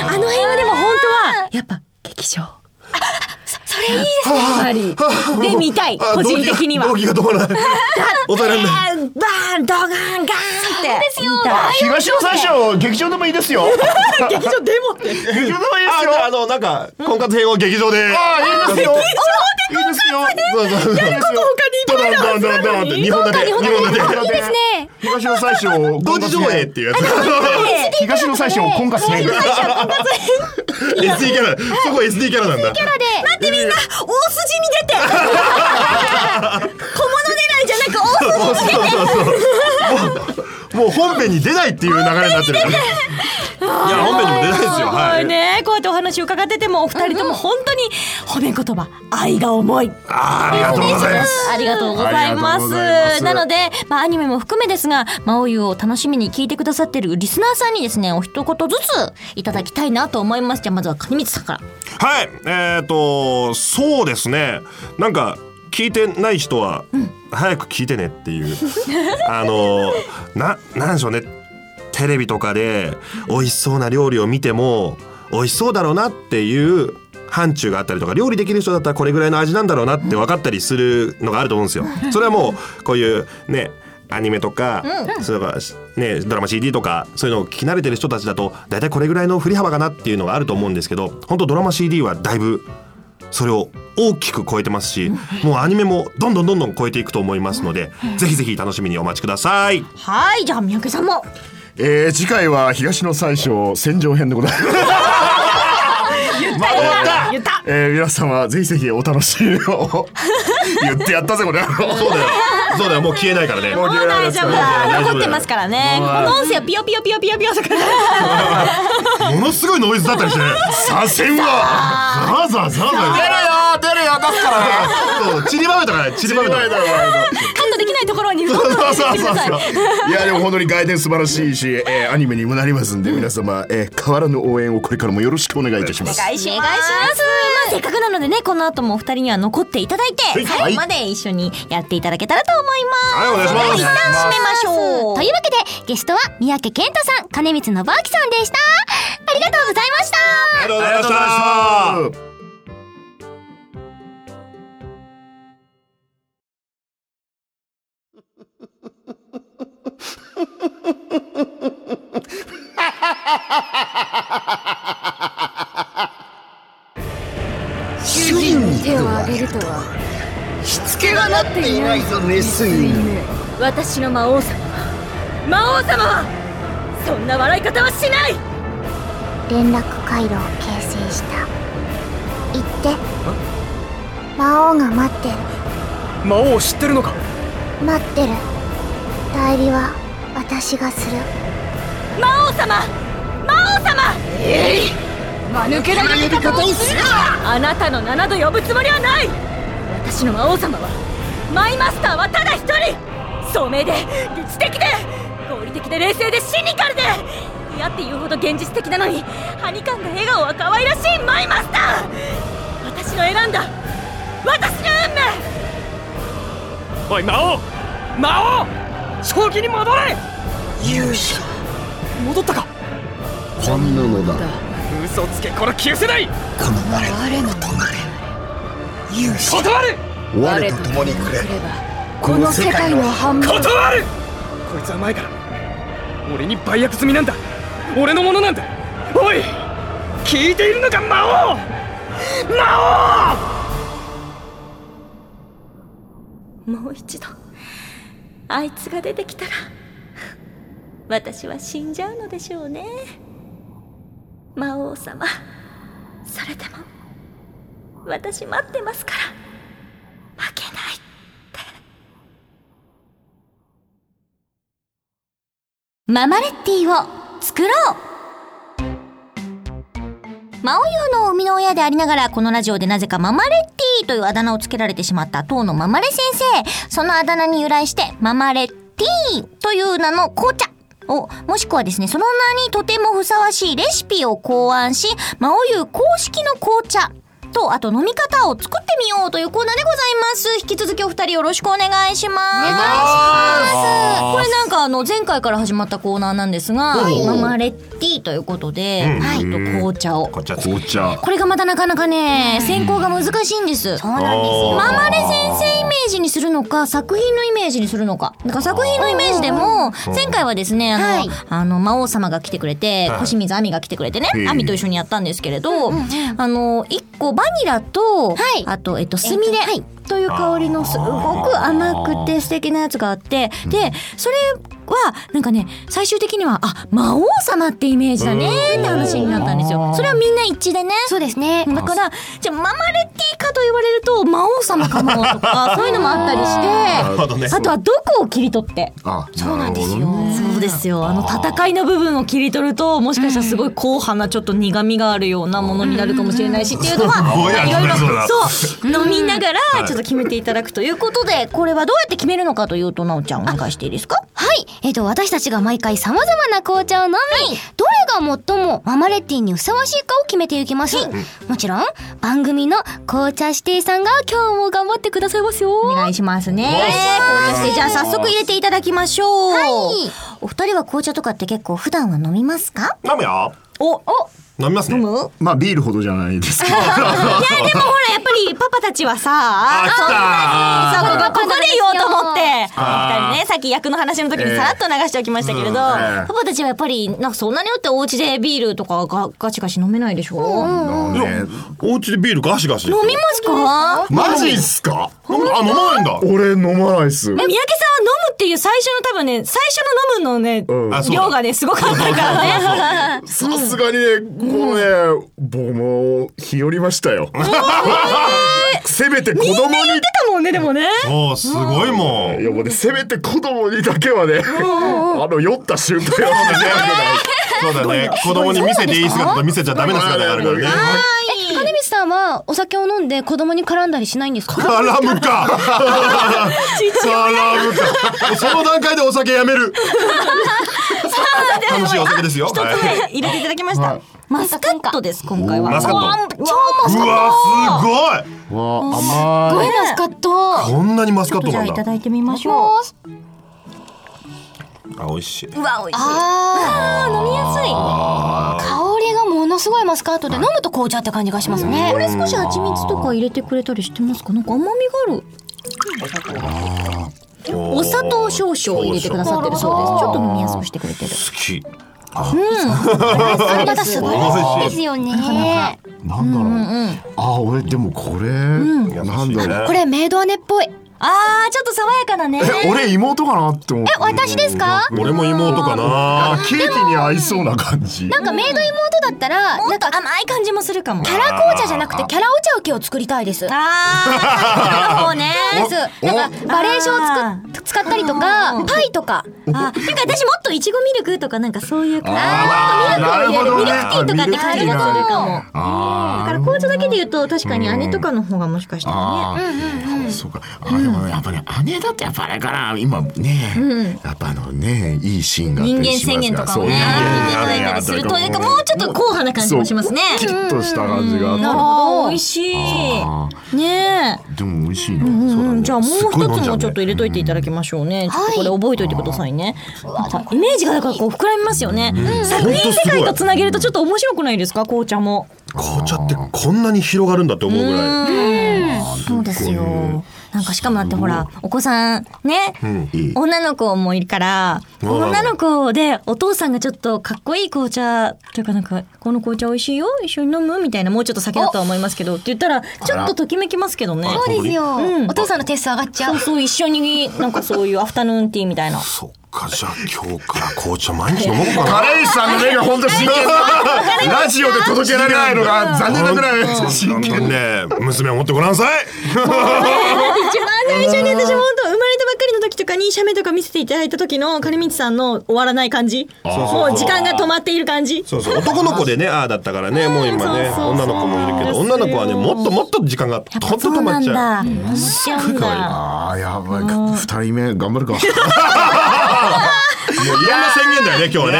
Speaker 2: あの辺はでも本当はやっぱ劇場。それいいですね。やっ ぱりで見たい
Speaker 8: あ
Speaker 2: 個人的には。
Speaker 8: 動機が動機が 止まらない。抑えられない。
Speaker 2: あーバーンドガンガーンって。ですよ。
Speaker 14: 東の最初劇場でもいいですよ。
Speaker 2: 劇場デモって。
Speaker 14: 劇場でもいいで
Speaker 8: あ
Speaker 14: す
Speaker 8: じ
Speaker 14: よ
Speaker 8: ゃあ。あのなんか婚活編を劇場で。
Speaker 14: あいいですよ。いいですよ。
Speaker 8: そうそうそう
Speaker 14: ドンドンドンドンって日本立て。日本立て。いいですね。東の最初を
Speaker 8: 同時上映っていうやつ。
Speaker 14: 東の最初を婚活編。
Speaker 8: SD キャラ。そこ SD キャラなんだ。
Speaker 2: なんでみんな大筋に出て。小物狙いじゃなく大筋。
Speaker 8: そうそうそうそう。もう本編に出ないっていう流れに なってるからいや本編にも出ないですよは
Speaker 2: はいいねこうやってお話伺っててもお二人とも本当に褒め言葉愛が重い
Speaker 8: あありがとうございます
Speaker 2: ありがとうございます
Speaker 8: ありがとうございます
Speaker 2: なので、まあ、アニメも含めですが「魔王湯」を楽しみに聞いてくださってるリスナーさんにですねお一言ずついただきたいなと思いますじゃあまずは金光さんから
Speaker 8: はいえっ、とそうですねなんか聞いてない人は早く聞いてねっていうあのななんでしょうねテレビとかで美味しそうな料理を見ても美味しそうだろうなっていう範疇があったりとか料理できる人だったらこれぐらいの味なんだろうなって分かったりするのがあると思うんですよ。それはもうこういうねアニメとか、
Speaker 2: うん
Speaker 8: それからねドラマ CD とかそういうのを聞き慣れてる人たちだと大体これぐらいの振り幅かなっていうのがあると思うんですけど本当ドラマ CD はだいぶそれを大きく超えてますし、もうアニメもどんどんどんどん超えていくと思いますので、ぜひぜひ楽しみにお待ちください。
Speaker 2: はいじゃあ三宅さんも
Speaker 14: えー、次回は東の最初戦場編でございます。
Speaker 2: 言った言った
Speaker 14: えー、皆様ぜひぜひお楽しみを言ってやったぜこれ。そうだよ。
Speaker 8: そうだよもう消えないからね。
Speaker 14: もう消えない
Speaker 2: 大
Speaker 14: です
Speaker 2: 丈夫
Speaker 14: から
Speaker 2: だ
Speaker 14: ね
Speaker 2: 残ってますからねこ
Speaker 14: もう
Speaker 2: の音声はピヨピヨピヨピヨピヨとか
Speaker 8: ものすごいノイズだったりして、左遷はザーザーザーザー。
Speaker 14: 出るよ出るよ出すからね。
Speaker 8: そうちりばめとかね、ちりばめとか。
Speaker 2: カットできないところに
Speaker 14: そ
Speaker 2: ど
Speaker 14: うん
Speaker 2: どん
Speaker 14: そう
Speaker 2: 入
Speaker 14: そう
Speaker 2: れてく
Speaker 14: そう
Speaker 2: ださい
Speaker 14: いやでも本当に外伝素晴らしいし、えー、アニメにもなりますんで皆様、えー、変わらぬ応援をこれからもよろしくお願いいたします。
Speaker 2: お願いしますまあ、せっかくなのでねこの後もお二人には残っていただいて、
Speaker 14: い
Speaker 2: 最後まで一緒にやっていただけたらと思います
Speaker 8: はいお願いします
Speaker 2: 一旦締めましょう
Speaker 3: というわけでゲストは三宅健太さん金光信明さんでしたありがとうございました
Speaker 8: ありがとうございました。
Speaker 18: 主人に手を挙げるとはしつけがなっていないぞメス犬私の魔王様は魔王様はそんな笑い方はしない
Speaker 1: 連絡回路を形成した行って魔王が待ってる
Speaker 7: 魔王を知ってるのか
Speaker 1: 待ってる代理は私がする
Speaker 18: 魔王様魔王様えい間抜けな呼び方をするなあなたの七度呼ぶつもりはない私の魔王様はマイマスターはただ一人聡明で理知的で合理的で冷静でシニカルで嫌っていうほど現実的なのにはにかんだ笑顔は可愛らしいマイマスター私の選んだ私の運命
Speaker 7: おい魔王魔王正気に戻れ勇者戻ったか
Speaker 19: こんなのだ
Speaker 7: 嘘つけこれ消せない
Speaker 19: この我の隣勇者
Speaker 7: 断る
Speaker 19: 我と共にくれ
Speaker 7: この
Speaker 19: 世界の
Speaker 7: 半分断るこいつは前から俺に売約済みなんだ俺のものなんだおい聞いているのか魔王魔王
Speaker 18: もう一度あいつが出てきたら私は死んじゃうのでしょうね魔王様それでも私待ってますから負けない
Speaker 15: ママレッティを作ろう
Speaker 2: マオユーの生みの親でありながら、このラジオでなぜかママレッティというあだ名をつけられてしまった、当のママレ先生。そのあだ名に由来して、ママレッティという名の紅茶。をもしくはですね、その名にとてもふさわしいレシピを考案し、マオユー公式の紅茶と、あと飲み方を作ってみようというコーナーでございます。引き続きお二人よろしくお願いします。お願いします。これなんかあの、前回から始まったコーナーなんですが、
Speaker 14: はい
Speaker 2: ママレッティということで、はい、と紅茶を。
Speaker 8: 紅
Speaker 14: 茶紅茶。
Speaker 2: これがまたなかなかね、選考が難しいんです。そうなん
Speaker 14: ですよ
Speaker 2: ママレ先生イメージにするのか、作品のイメージにするのか。だから作品のイメージでも、
Speaker 15: うん
Speaker 2: 前回はですね、あの、あの魔王様が来てくれて、
Speaker 15: はい
Speaker 2: 小清水亜美が来てくれてね
Speaker 15: へ、え
Speaker 2: 亜美と一緒にやったんですけれど、あの、一個バニラと、あと、えっと、スミレ。という香りのすごく甘くて素敵なやつがあって、で、それは、なんかね、最終的には、あ、魔王様ってイメージだねって話になったんですよ。それはみんな一致でね。そうですね。だから、じゃあママレッティかと言われると、魔王様かもとか、そういうのもあったり
Speaker 8: なるほどね
Speaker 2: して、あとはどこを切り取って。
Speaker 8: そうなんですよ。
Speaker 20: そうですよあの戦いの部分を切り取るともしかしたらすごい硬派なちょっと苦みがあるようなものになるかもしれないしっていうのは
Speaker 8: うんぼや
Speaker 20: いろいろ
Speaker 8: しなり
Speaker 20: そう飲みながら
Speaker 2: はい
Speaker 20: ちょっと決めていただくということでこれはどうやって決めるのかというとなおちゃんお願いしていいですか
Speaker 1: はい、えっ、と、私たちが毎回様々な紅茶を飲み、どれが最もママレッティにふさわしいかを決めていきます。もちろん、番組の紅茶指定さんが今日も頑張ってくださいますよ。お願
Speaker 2: いしますね。そしてじゃあ早速入れていただきましょう。お二人は紅茶とかって結構普段は飲みますか
Speaker 8: 飲むよ。
Speaker 2: お、お、
Speaker 8: 飲みますね。
Speaker 14: まあビールほどじゃないです
Speaker 2: い
Speaker 14: けど。
Speaker 2: やでもほらやっぱりパパたちはさあ
Speaker 14: 来た
Speaker 2: そんなにそうここここで言おうと思って
Speaker 20: あー
Speaker 2: お二人ねさっき役の話の時にさらっと流しておきましたけれど、
Speaker 20: ええうんええ
Speaker 2: パパたちはやっぱりなんかそんなによってお家でビールとかがガチガチ飲めないでしょ、
Speaker 8: いやお家でビールガシガシ。
Speaker 2: 飲みますか
Speaker 8: マジっすか。あ飲まないんだ。
Speaker 14: 俺飲まないっす。
Speaker 20: え三宅さんは飲むっていう最初の多分ね最初の飲むのね、
Speaker 14: んあそうだ
Speaker 20: 量がねすごかったか らね
Speaker 14: さすがにね、こうね、僕も日和りましたよ。 せめて子供に。みんな言って
Speaker 20: たもんね、でもね。
Speaker 8: そう、すごいも
Speaker 14: ん。いやもうね、せめて子供にだけはね、あの酔った瞬間 をね。
Speaker 8: そうだね。子供に見せていい姿と見せちゃダメな姿があるからね。
Speaker 3: え金光さんはお酒を飲んで子供に絡んだりしないんですか
Speaker 8: 絡むか絡むかその段階でお酒やめる楽しいお酒ですよ
Speaker 20: 一つ目
Speaker 8: はい
Speaker 20: 入れていただきました、マスカットです今回は
Speaker 8: マスカッ
Speaker 20: う
Speaker 8: ト
Speaker 20: わ超マス
Speaker 8: う
Speaker 20: カット
Speaker 8: わすごい
Speaker 20: すごいマスカット
Speaker 8: こんなにマスカット
Speaker 2: じゃ
Speaker 8: な
Speaker 2: あ
Speaker 8: ん
Speaker 2: いた
Speaker 8: だ
Speaker 2: だいてみましょ
Speaker 8: あ美味しいう
Speaker 2: うわ美味しい
Speaker 3: あー飲みやすい
Speaker 8: あ
Speaker 3: 香りがものすごいマスカットで飲むと紅茶って感じがしますね
Speaker 2: これ少し蜂蜜とか入れてくれたりしてますかなんか甘みがあるお砂糖少々入れてくださってるそうですちょっと飲みやすくしてくれてる
Speaker 8: 好き
Speaker 1: うん。
Speaker 14: ま
Speaker 1: また
Speaker 14: た
Speaker 1: 素晴らしいですよね。
Speaker 14: なんだろう。あ、俺でもこれ、なんだろう。
Speaker 3: これメイド姉っぽい
Speaker 2: あーちょっと爽やかなね
Speaker 14: え俺妹かなって思って
Speaker 3: え私ですか
Speaker 8: 俺も妹かな
Speaker 14: ケーキに合いそうな感じ
Speaker 3: なんかメイド妹だったらもっと
Speaker 2: 甘い感じもするかも
Speaker 3: キャラ紅茶じゃなくてキャラお茶受けを作りたいです
Speaker 2: あーなるほどね
Speaker 3: ですなんかバレエショーをつく使ったりとかパイとか
Speaker 2: あなんか私もっといちごミルクとかなんかそういう感じ
Speaker 14: あ
Speaker 2: もっとミルクを入れるミ
Speaker 14: な
Speaker 2: ル
Speaker 14: る
Speaker 2: クティーとかって感じ
Speaker 14: ほどね
Speaker 2: がするかもだ
Speaker 14: あ
Speaker 2: から紅茶だけで言うと確かに姉とかの方がもしかしたらね
Speaker 14: ーそうかあでもねやっぱね姉だってやっぱあれかな今ね、やっぱあのねいいシーンがあった
Speaker 2: 人
Speaker 14: り
Speaker 2: 間
Speaker 14: します
Speaker 2: 宣言とかもね
Speaker 14: そう
Speaker 2: 聞いていただいたりするというかもうちょっと硬派な感じもしますね
Speaker 14: そうキリッとした感じがあって
Speaker 2: なるほど美味しい
Speaker 14: あ
Speaker 2: ねえ
Speaker 14: ーでも美味しいな、
Speaker 2: うんうん、じゃあもう
Speaker 14: すっ
Speaker 2: 一
Speaker 14: ごい飲ん
Speaker 2: つ
Speaker 14: じゃ
Speaker 2: も
Speaker 14: うね
Speaker 2: ちょっと入れといていただきましょうね。ちょっとこれ覚えといてくださいね。さイメージがだからこう膨らみますよね。作品世界とつなげるとちょっと面白くないですか、紅茶も。
Speaker 8: 紅茶ってこんなに広がるんだって思うぐらい
Speaker 2: そうですよ。なんかしかもだってほら、お子さんね、
Speaker 8: うん
Speaker 2: 女の子もいるから、
Speaker 8: うん
Speaker 2: 女の子でお父さんがちょっとかっこいい紅茶というかなんか、この紅茶美味しいよ、一緒に飲むみたいな、もうちょっと先だとは思いますけどって言ったら、ちょっとときめきますけどね。
Speaker 3: そうですよ、
Speaker 2: うん
Speaker 3: お父さんのテスト上がっちゃう
Speaker 2: そうそう、一緒になんかそういうアフタヌーンティーみたいな。
Speaker 8: そっかじゃあ今日から紅茶毎日飲もうかな
Speaker 14: カレイさんの目が本 当真剣ラジオで届けられないのが残念なぐらい真剣
Speaker 8: ね娘を持ってごらんさい
Speaker 2: 一番最初に私も本当生まれたばっかりの時とかに写メとか見せていただいた時の金光さんの終わらない感じ
Speaker 8: あー
Speaker 2: もう時間が止まっている感じ
Speaker 8: そうそう男の子でねああだったからねもう今ね女の子もいるけど女の子はねもっともっと時間がほんと止まっちゃう
Speaker 2: 止まっちゃうん
Speaker 8: 可愛い
Speaker 2: だ
Speaker 14: あーやばい二人目頑張るか
Speaker 8: もういろんな宣言だよね今日はね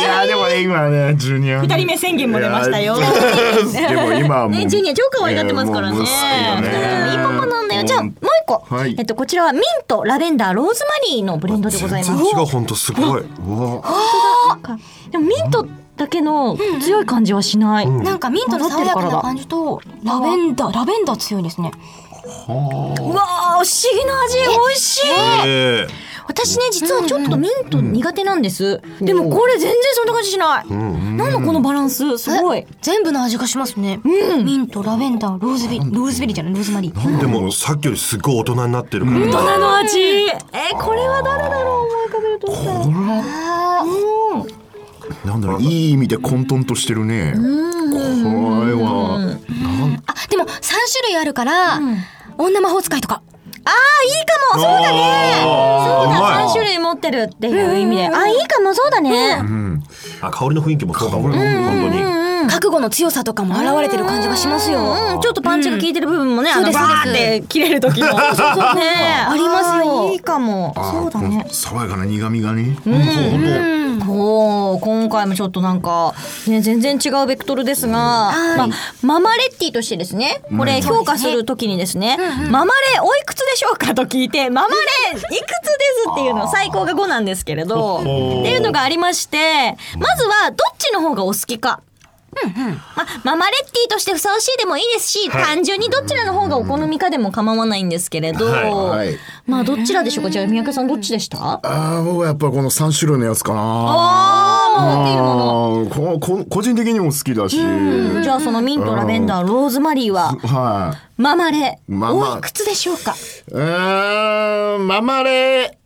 Speaker 14: いやでもね今ねジュニア
Speaker 2: 二人目宣言も出ましたよ
Speaker 14: いやーでも今はもう
Speaker 2: ねジュニア超可愛がってますからね
Speaker 14: もう息子がね
Speaker 2: いいパパなんだよじゃあもう一個
Speaker 14: はい
Speaker 2: えっとこちらはミントラベンダーローズマリーのブレンドでございます
Speaker 8: 全然違うほんとすごい
Speaker 2: でもミントだけの強い感じはしない
Speaker 3: なんかミントの爽やかな感じとラベンダーラベンダー強いですね
Speaker 2: うわー不思議な味美味しい
Speaker 8: ええ
Speaker 2: 私私ね実はちょっとミント苦手なんです、でもこれ全然そんな感じしない、なんだこのバランスすごい
Speaker 16: 全部の味がしますね、ミントラベンダーローズベリーローズベリーじゃないローズマリー
Speaker 8: でもさっきよりすごい大人になってるから、
Speaker 2: 大人の味えこれは誰だろう思い浮かべるとしたら
Speaker 14: なんだろういい意味で混沌としてるね。これはなん
Speaker 16: あでも三種類あるから、女魔法使いとか
Speaker 2: あーいいかもそうだね
Speaker 8: あー
Speaker 2: そう
Speaker 8: うまい
Speaker 2: だ3種類持ってるっていう意味で、あいいかもそうだね、
Speaker 8: あ香りの雰囲気もそうかも、本当に、
Speaker 16: 覚悟の強さとかも現れてる感じがしますよ、
Speaker 2: ちょっとパンチが効いてる部分もね、あのバーって切れる時の
Speaker 14: そうですそうです
Speaker 2: ねありますよいいかもそうだね
Speaker 14: 爽やかな苦味がね。
Speaker 2: おー今回もちょっとなんか、ね、全然違うベクトルですが、まあ、ママレッティとしてですねこれ評価するときにですね「ママレおいくつでしょうか?」と聞いて「ママレいくつです」っていうの最高が5なんですけれどっていうのがありましてまずはどっちの方がお好きか。まあ、ママレッティとしてふさわしいでもいいですし、
Speaker 8: はい
Speaker 2: 単純にどちらの方がお好みかでも構わないんですけれど、
Speaker 14: はいはい
Speaker 2: まあどちらでしょうかじゃあ三宅さんどっちでした
Speaker 14: ああ僕はやっぱこの三種類のやつかな。
Speaker 2: あ
Speaker 14: あーここ個人的にも好きだし。
Speaker 2: じゃあそのミント、ラベンダー、ローズマリーは、
Speaker 14: は
Speaker 2: ママレ、
Speaker 14: い。まあま
Speaker 2: おいくつでしょうか
Speaker 14: あ。うーんママレ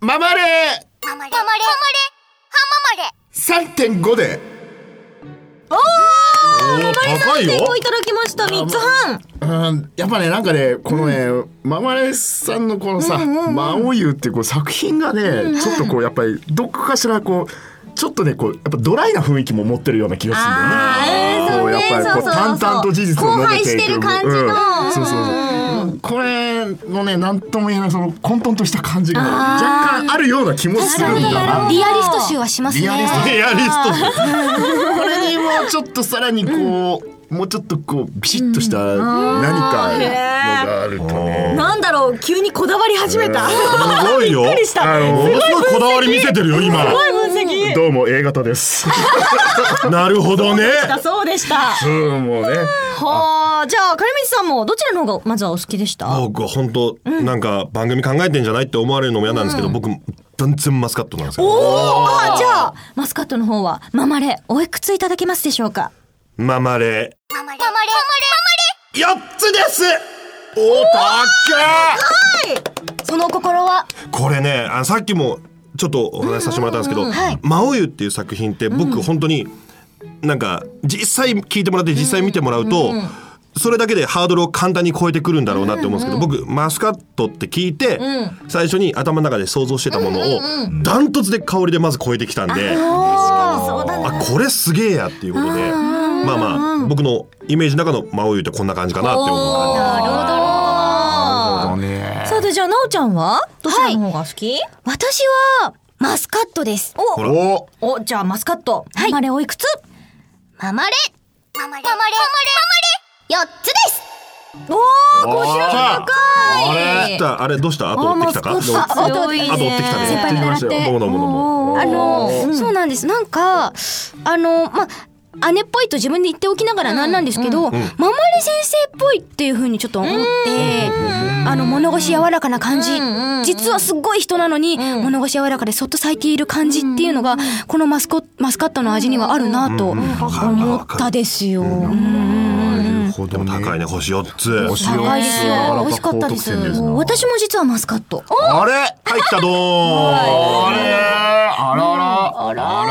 Speaker 14: ママ
Speaker 1: ママ
Speaker 14: レ
Speaker 1: レママレハママレ
Speaker 14: 三点五で。
Speaker 2: おー
Speaker 14: おー
Speaker 2: マ
Speaker 14: 高
Speaker 2: マ
Speaker 14: い
Speaker 2: レ
Speaker 14: よ
Speaker 2: 3.5いただきました、3つ半
Speaker 14: うんやっぱねなんかねこのね、ママレスさんのこのさ「魔王湯」ってこう作品がね、ちょっとこうやっぱりどこかしらこうちょっとねこうやっぱドライな雰囲気も持ってるような気がするんだよね。こうやっぱりこう淡々と事実を述べていく。うんそうそうそう。これのね何とも言えないその混沌とした感じが若干あるような気もするんだな。
Speaker 16: リアリスト集はしますね
Speaker 14: リアリスト
Speaker 8: リアリスト
Speaker 14: これにもちょっとさらにこう、もうちょっとこうビシッとした何かのがあるとね。
Speaker 2: なんだろう、急にこだわり始めた。
Speaker 8: すごいよ
Speaker 2: びっくりした
Speaker 14: あの
Speaker 8: ものすごいこだわり見せてるよ今
Speaker 2: すごい 分析
Speaker 14: どうも A 型です。
Speaker 8: なるほどね
Speaker 2: だそうでした。
Speaker 14: うんもうね。
Speaker 2: はあ、じゃあ、金光さんもどちらの方がまずはお好きでした
Speaker 8: 僕本当なんか番組考えてんじゃないって思われるのも嫌なんですけど、僕全然マスカットなんです
Speaker 2: お
Speaker 8: よ
Speaker 2: おあ、じゃあ、マスカットの方は、ママレ、おいくついただけますでしょうか
Speaker 8: ママレ
Speaker 1: ママレママレ
Speaker 8: 四つですおたっ
Speaker 16: その心は
Speaker 8: これねあのさっきもちょっとお話しさせてもらったんですけど「魔王湯」っていう作品って僕本当になんか実際聞いてもらって実際見てもらうとそれだけでハードルを簡単に超えてくるんだろうなって思うんですけど僕マスカットって聞いて最初に頭の中で想像してたものをダントツで香りでまず超えてきたんであこれすげえやっていうことでまあまあ僕のイメージの中の魔王湯ってこんな感じかなって思う
Speaker 2: なるほど。さて、じゃあ、なおちゃんはどちらの方が好き、
Speaker 16: 私はマスカットです
Speaker 8: ほら
Speaker 2: お、じゃあ、マスカット。
Speaker 16: はい
Speaker 2: ママレ、おいくつ
Speaker 3: ママレ
Speaker 1: ママレママレ
Speaker 3: 4つです
Speaker 2: おー、こちら高
Speaker 8: あ
Speaker 2: い
Speaker 8: れあれどうしたあと追ってきたか
Speaker 2: あ
Speaker 8: どう
Speaker 2: 強いね
Speaker 8: あと追ってきたね
Speaker 16: 先輩に習って
Speaker 8: どうもどうもどうも
Speaker 16: あの、そうなんです。なんか、あの、まあ、姉っぽいと自分で言っておきながらなんなんですけど、ママレ先生っぽいっていう風にちょっと思って、あの、物腰柔らかな感じ、実はすっごい人なのに、物腰柔らかでそっと咲いている感じっていうのが、このマスコ、マスカットの味にはあるなと思ったですよ。
Speaker 14: なるほどね
Speaker 8: 高いね星4つ
Speaker 14: 星四つ
Speaker 16: 高いですよ美味しかったです
Speaker 14: 高得点な
Speaker 2: 私も実はマスカット。
Speaker 8: あれ入ったどーんあれ
Speaker 14: あららあららら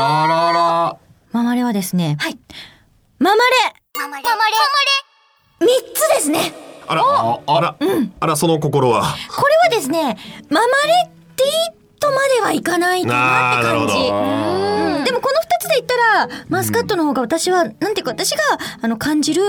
Speaker 14: ら。
Speaker 2: ママレはですね。はい。ママレ
Speaker 1: ママレママレ
Speaker 2: 三つですね。
Speaker 8: あらあらあらその心は
Speaker 2: これはですね、ママレティとまではいかないかなって感じ。
Speaker 8: あー
Speaker 2: うんでもこの二つで言ったら、マスカットの方が私は、なんていうか私が、あの、感じる、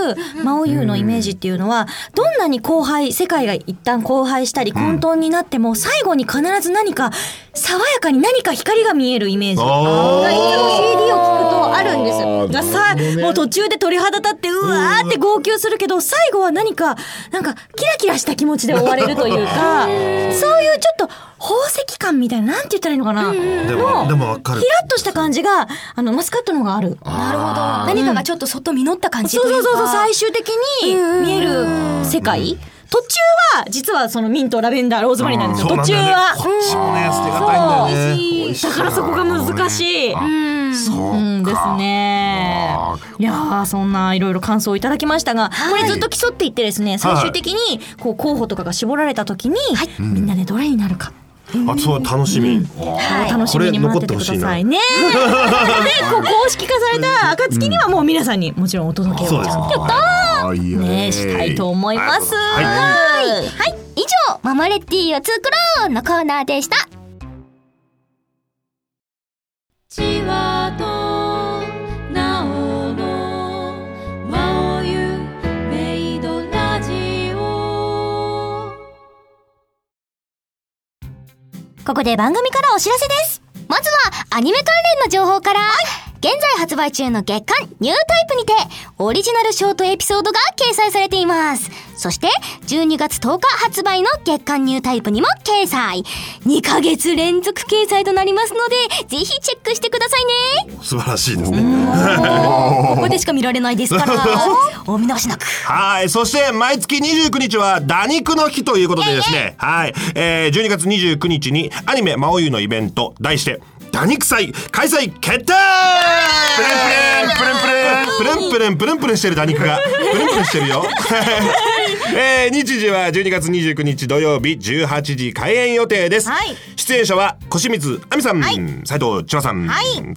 Speaker 2: 魔王優のイメージっていうのは、どんなに荒廃、世界が一旦荒廃したり、混沌になっても、最後に必ず何か、爽やかに何か光が見えるイメージ。
Speaker 8: あ
Speaker 2: いつも CD を聞くとあるんです
Speaker 14: あー
Speaker 2: がさ、もう途中で鳥肌立ってうわーって号泣するけど最後は何かなんかキラキラした気持ちで終われるというかそういうちょっと宝石感みたいななんて言ったらいいのかな
Speaker 8: ーでもでもわかる
Speaker 2: キラッとした感じがあのマスカットの方がある。
Speaker 16: なるほど。何かがちょっとそっと実った感じ
Speaker 2: そ
Speaker 16: と
Speaker 2: う
Speaker 16: い
Speaker 2: そうう
Speaker 16: か。
Speaker 2: そうそう最終的に見える世界途中は実はそのミントラベンダーローズマリーなんですよ
Speaker 8: そ
Speaker 2: 途
Speaker 8: うなん
Speaker 2: 中
Speaker 8: だよね
Speaker 2: は。
Speaker 8: こっちもね捨てが
Speaker 14: でした
Speaker 2: だからそこが難しい。うん、そうですね。いやーそんないろいろ感想をいただきましたが、これずっと競っていってですね、最終的にこう候補とかが絞られた時に、みんなでどれになるか。
Speaker 8: あそう楽しみ、
Speaker 2: はい、楽しみに待っててくださいね。で、こう公式化された暁にはもう皆さんにもちろんお届けをちゃんとねしたいと思います。
Speaker 3: はい、以上ママレッティを作ろうのコーナーでした
Speaker 18: ちわとなおのまおゆメイドラジオ
Speaker 3: ここで番組からお知らせですまずはアニメ関連の情報から、現在発売中の月刊ニュータイプにてオリジナルショートエピソードが掲載されていますそして12月10日発売の月刊ニュータイプにも掲載2ヶ月連続掲載とな りますのでぜひチェックしてください ね
Speaker 8: 素晴らしいですね。
Speaker 3: ここでしか見られないで すからお見逃しなく
Speaker 8: はい。そして、毎月29日は、打肉の日ということでですね、はい。えー、12月29日に、アニメ、魔王湯のイベント、題して、打肉祭、開催決定プルンプルン、プルンプルン、プルンプルン、プルンプルンしてる打肉が、プルンプルンしてるよ。 えー、日時は12月29日土曜日18時開演予定です、出演者は小清水亜美さん、斉藤千葉さん、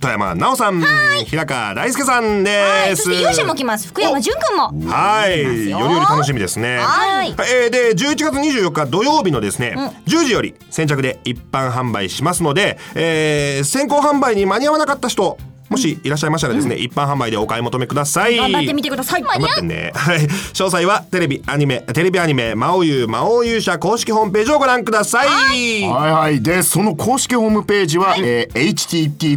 Speaker 8: 富山奈緒さん、平川大輔さん
Speaker 2: は
Speaker 8: で
Speaker 2: い、そ
Speaker 8: す、
Speaker 2: して勇者も来ます。福山潤くんも。
Speaker 8: はい、よりより楽しみですね。
Speaker 2: はい
Speaker 8: えーで、11月24日土曜日のですね、10時より先着で一般販売しますので、えー先行販売に間に合わなかった人。もしいらっしゃいましたらですね、一般販売でお買い求めください。
Speaker 2: 頑張ってみてください。
Speaker 8: 頑張ってね。はい。詳細はテレビアニメテレビアニメ魔王優魔王勇者公式ホームページをご覧ください。
Speaker 14: はいはいでその公式ホームページは、えー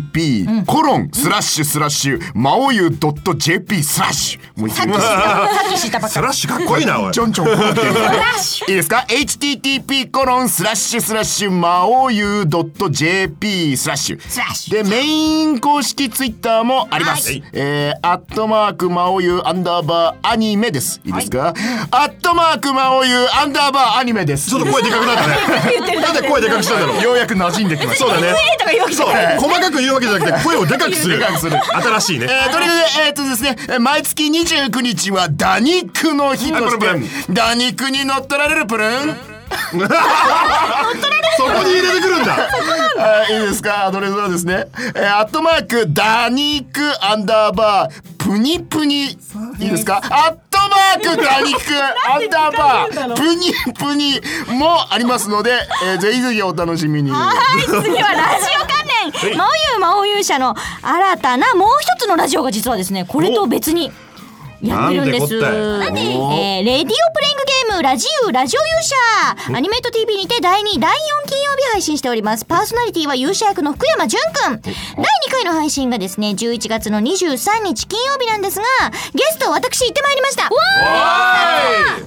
Speaker 14: HTTP コロンスラッシュスラッシュマオユドット JP スラッシュもう一回
Speaker 2: さっき知ったばっかり
Speaker 8: スラッシュかっこいいなおい
Speaker 14: ちょんちょんこうやってるいいですか HTTP コロンスラッシュスラッシュマオユドット JP スラッシュでメイン公式ツイッターもあります、
Speaker 8: はい
Speaker 14: えー、アットマークマオユアンダーバーアニメですいいですか、アットマークマオユアンダーバーアニメです
Speaker 8: ちょっと声でかくなったね
Speaker 2: 言ってる
Speaker 8: なんで声でかくしたんだろう
Speaker 14: ようやく馴染んできました
Speaker 8: そうだね
Speaker 2: FA とか言うわけじ
Speaker 8: そ
Speaker 2: ゃ
Speaker 8: う
Speaker 2: ない
Speaker 8: 細かく言うわけじゃな くて声をでかくする
Speaker 14: でかくする
Speaker 8: 新しいね
Speaker 14: えー、とりあえず、えーっとですね、えー毎月29日は打肉の日とし
Speaker 8: プルン
Speaker 14: て、打肉に乗っ取られるプルン。
Speaker 8: そこに入れてくるん だ
Speaker 14: あーいいですかアドレスはですね、えー、アットマーク、打肉アンダーバー、プニプニ。いいですかアットマーク、打肉アンダーバー、プニプニもありますので、えー、ぜひぜひお楽しみに。
Speaker 2: はい、次はラジオ関連。魔王優魔王勇者の新たなもう一つのラジオが実はですね、これと別に。やってるんです。
Speaker 8: なんでこったい
Speaker 2: えーレディオプレイングゲームラジウラジオ勇者アニメート TV にて第2第4金曜日配信しておりますパーソナリティは勇者役の福山潤くん第2回の配信がですね11月の23日金曜日なんですがゲスト私行ってまいりました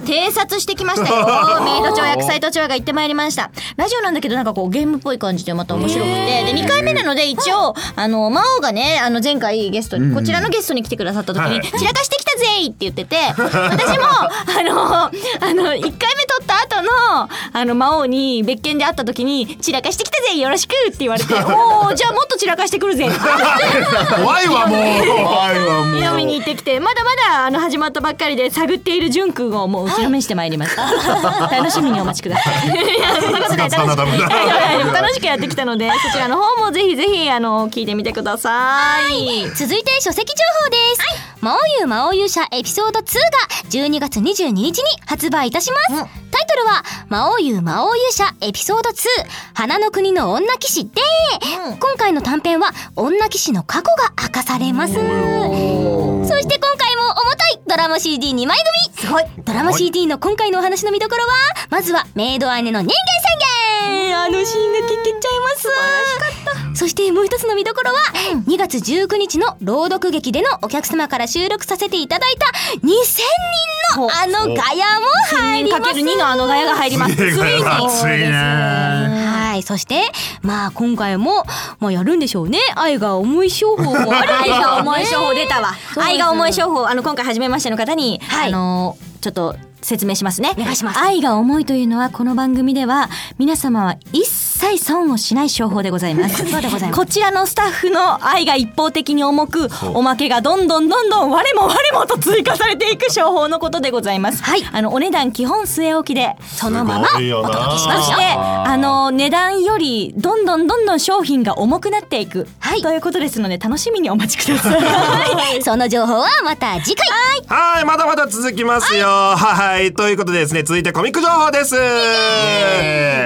Speaker 2: 偵察してきましたよメイド長役斎藤長が行ってまいりましたラジオなんだけどなんかこうゲームっぽい感じでまた面白くてで2回目なので一応あの魔王がねあの前回ゲストにこちらのゲストに来てくださった時
Speaker 8: は
Speaker 2: に
Speaker 8: い
Speaker 2: 散らかしてきたぜーって言ってて私 もあのあの1回目撮った後のあの魔王に別件で会った時に散らかしてきたぜよろしくって言わ れておおじゃあもっと散らかしてくるぜ って
Speaker 14: 怖いわ、もう。怖いわ、もう。
Speaker 2: 飲みに行ってきてまだまだあの始まったばっかりで探っている純君をもう後ろめしてまいり ました、楽しみにお待ちくださいいやそんなこと ない楽し
Speaker 8: さなだめだ
Speaker 2: いやいやいやでも楽しくやってきたのでそちらの方もぜひぜひあの聞いてみてください
Speaker 3: 続いて書籍情報です、魔王優魔王勇者エピソード2が12月22日に発売いたします、タイトルは魔王優魔王勇者エピソード2花の国の女騎士で、今回の短編は女騎士の過去が明かされますそして今回も重たいドラマ CD2 枚組すごいドラマ CD の今回のお話の見どころはまずはメイド姉の人間宣言あのシーンが聞けちゃいますそしてもう一つの見どころは、2月19日の朗読劇でのお客様から収録させていただいた2000人のあのガヤも入ります。
Speaker 2: 1000のあのガヤが入ります
Speaker 8: つい
Speaker 14: いね。
Speaker 3: はい。そして、まあ今回も、まあやるんでしょうね。愛が重い商法もあるん
Speaker 2: 愛
Speaker 3: で しょうね
Speaker 2: が重い商法出たわ
Speaker 3: うです
Speaker 2: 愛が重い商法あの今回初めましての方に、
Speaker 3: はい
Speaker 2: あのちょっと説明しますね
Speaker 3: お願いします
Speaker 2: 愛が重いというのはこの番組では皆様は一切
Speaker 15: 切損をしない商法でございます。そうでございます。
Speaker 2: こちらのスタッフの愛が一方的に重くおまけがどんどんどんどん我も我もと追加されていく商法のことでございますはいあのお値段基本据え置きでそのままお
Speaker 8: すごいよな
Speaker 2: 届けしましてあの値段よりどんどんどんどん商品が重くなっていく、ということですので楽しみにお待ちください
Speaker 3: その情報はまた次回
Speaker 21: はい、まだまだ続きますよ。はい、ということでですね、続いてコミック情報です。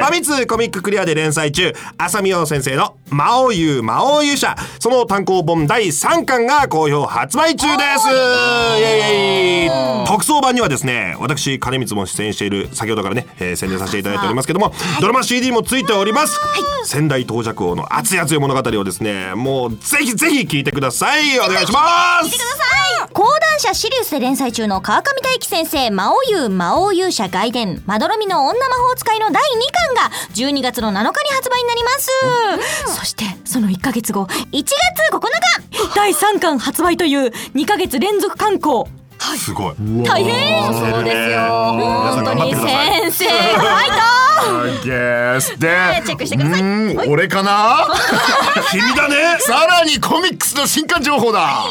Speaker 21: まみつコミッククリアで連載中、浅見陽先生の魔王優魔王勇者、その単行本第3巻が好評発売中です。イエイイエイ特装版にはですね、私、金光も出演している、先ほどからね、えー宣伝させていただいておりますけども、ドラマ CD もついております。仙台到着王の熱い熱い物語をですね、もうぜひぜひ聞いてください。お願いします。
Speaker 15: 講談社シリウスで連載中の川上大輝先生魔王優魔王勇者外伝まどろみの女魔法使いの第2巻が12月の7日に発売になります、そしてその1ヶ月後1月9日
Speaker 2: 第3巻発売という2ヶ月連続刊行
Speaker 8: すごい。
Speaker 2: 大変そうですよ
Speaker 8: 皆さん頑張ってくださ
Speaker 2: 先
Speaker 8: い。
Speaker 2: 生 ファイト
Speaker 14: ですで、
Speaker 2: チェックしてくださいう
Speaker 14: ーん俺かな
Speaker 8: 君だね
Speaker 14: さらにコミックスの新刊情報だ、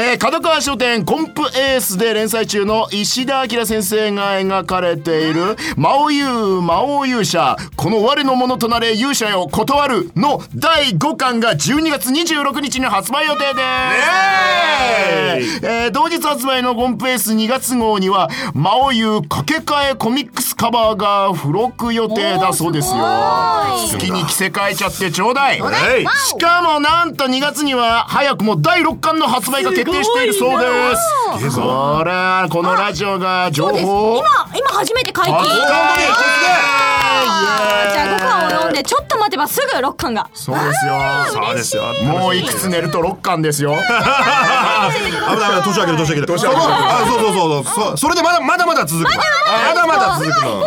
Speaker 14: えー角川書店コンプエースで連載中の石田明先生が描かれている「魔王勇魔王勇者この我のものとなれ勇者よ断る」の第5巻が12月26日に発売予定です、えー同日発売のコンプエース2月号には「魔王優掛け替えコミックスカバー」が付録予定だそうですよ好きに着せ替えちゃってちょうだい
Speaker 8: だいわ
Speaker 14: しかもなんと2月には早くも第6巻の発売が決定しているそうです
Speaker 8: すごい
Speaker 14: そりゃこのラジオが情報
Speaker 2: 今今初めて解禁
Speaker 14: 確かに
Speaker 2: イエーイじゃあ5巻を読んでちょっと待てばすぐ6巻が
Speaker 14: そうですよ
Speaker 8: そうですよ。
Speaker 14: もういくつ寝ると6巻ですよ
Speaker 8: 危ない危ない年明ける年明けるそのあそうそうそうそうそそれでまだまだまだ続くのまだまだ続くのも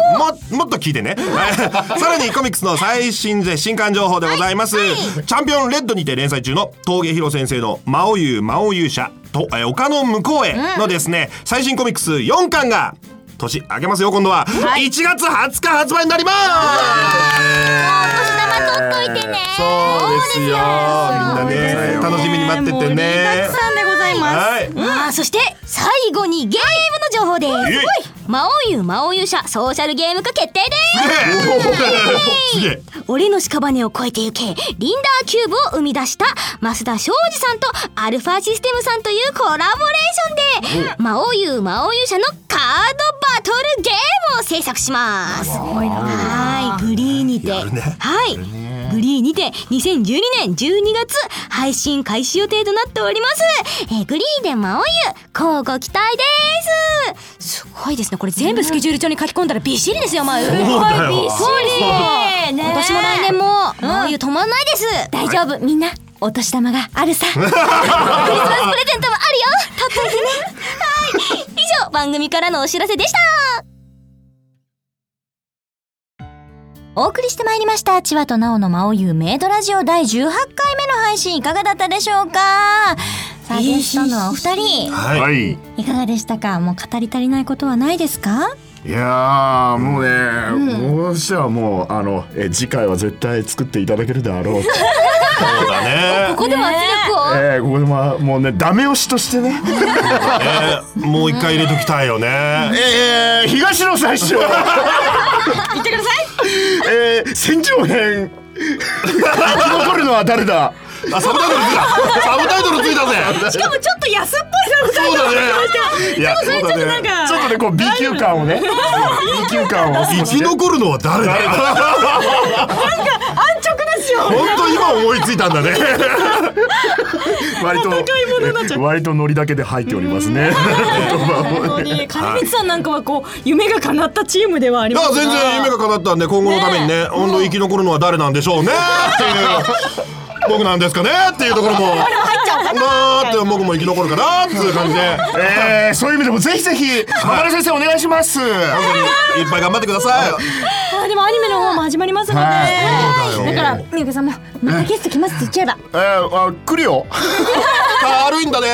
Speaker 8: もっと聞いてねはい さらにコミックスの最新で新刊情報でございます、チャンピオンレッドにて連載中の峠博先生の魔王優魔王勇者と、えー丘の向こうへのですね、最新コミックス4巻が年明けますよ今度は、1月20日発売になり
Speaker 3: 玉取
Speaker 8: ます
Speaker 3: っといてね
Speaker 8: そうですよみんなね楽しみに待っててね
Speaker 2: さんでございます
Speaker 8: はい
Speaker 3: まあそして最後にゲームの情報です、
Speaker 8: いえい
Speaker 3: 魔王優魔王勇者ソーシャルゲーム化決定です
Speaker 8: すげえ
Speaker 3: 俺の屍を越えてゆけリンダーキューブを生み出した増田昌司さんとアルファシステムさんというコラボレーションで魔王優魔王勇者のカードバトルゲームを制作しますすごいなはいグリーにて、はいグリーにて2012年12月配信開始予定となっております、えーグリーで魔王優乞うご期待ですすごいですねこれ全
Speaker 16: 全
Speaker 3: 部
Speaker 16: 部
Speaker 3: 好
Speaker 16: ス
Speaker 3: き
Speaker 16: ケジュール帳に書き込んだらびっしりですよ、まあ。
Speaker 8: そうだよ
Speaker 3: そう今年も来年も魔王優止まんないです
Speaker 15: 大丈夫みんなお年玉があるさ
Speaker 3: クリスマスプレゼントもあるよたっぷりねはい以上番組からのお知らせでした
Speaker 15: お送りしてまいりました千葉と奈緒の魔王優メイドラジオ第18回目の配信いかがだったでしょうかさあゲストのお二人
Speaker 14: はい
Speaker 15: いかがでしたかもう語り足りないことはないですか
Speaker 14: いやーもうね、もう私はもうあのえ次回は絶対作っていただけるであ ろうと、
Speaker 8: だね
Speaker 3: ここでも圧力を、
Speaker 14: えー、ここでまあもうねダメ押しとしてね
Speaker 8: えーもう一回入れときたいよね。
Speaker 14: えー、東野最初
Speaker 2: 言ってください
Speaker 14: えー、戦場編生き残るのは誰だ
Speaker 8: あ、サブタイトルついた。サブタイトルついたぜ。
Speaker 2: しかもちょっと安っぽいサ
Speaker 8: そうだね。
Speaker 14: いや
Speaker 8: そうだね。
Speaker 14: ちょっとねこう B 級感をね B 級感を
Speaker 8: 生き残るのは誰だ。
Speaker 2: 安直ですよ
Speaker 8: 本当今思 いついたんだね。
Speaker 14: 割とえ割とノリだけで入っておりますね
Speaker 2: 本当に金光さんなんかはこう夢が叶ったチームではあり
Speaker 8: い
Speaker 2: ま
Speaker 8: や
Speaker 2: すが
Speaker 8: 全然夢が叶ったんで今後のためにね、本当生き残るのは誰なんでしょうねっていう。僕なんですかねっていうところも。なーって僕も生き残るかなっていう感 じで。
Speaker 14: えー、そういう意味でもぜひぜひ中村先生お願いします
Speaker 8: 本当にいっぱい頑張ってください。
Speaker 2: あでもアニメの方も始まりますので、
Speaker 14: は
Speaker 2: だからみゆきさんもまたゲスト来ますって言っちゃえば
Speaker 14: えー、あ来るよ
Speaker 8: 確軽いんだね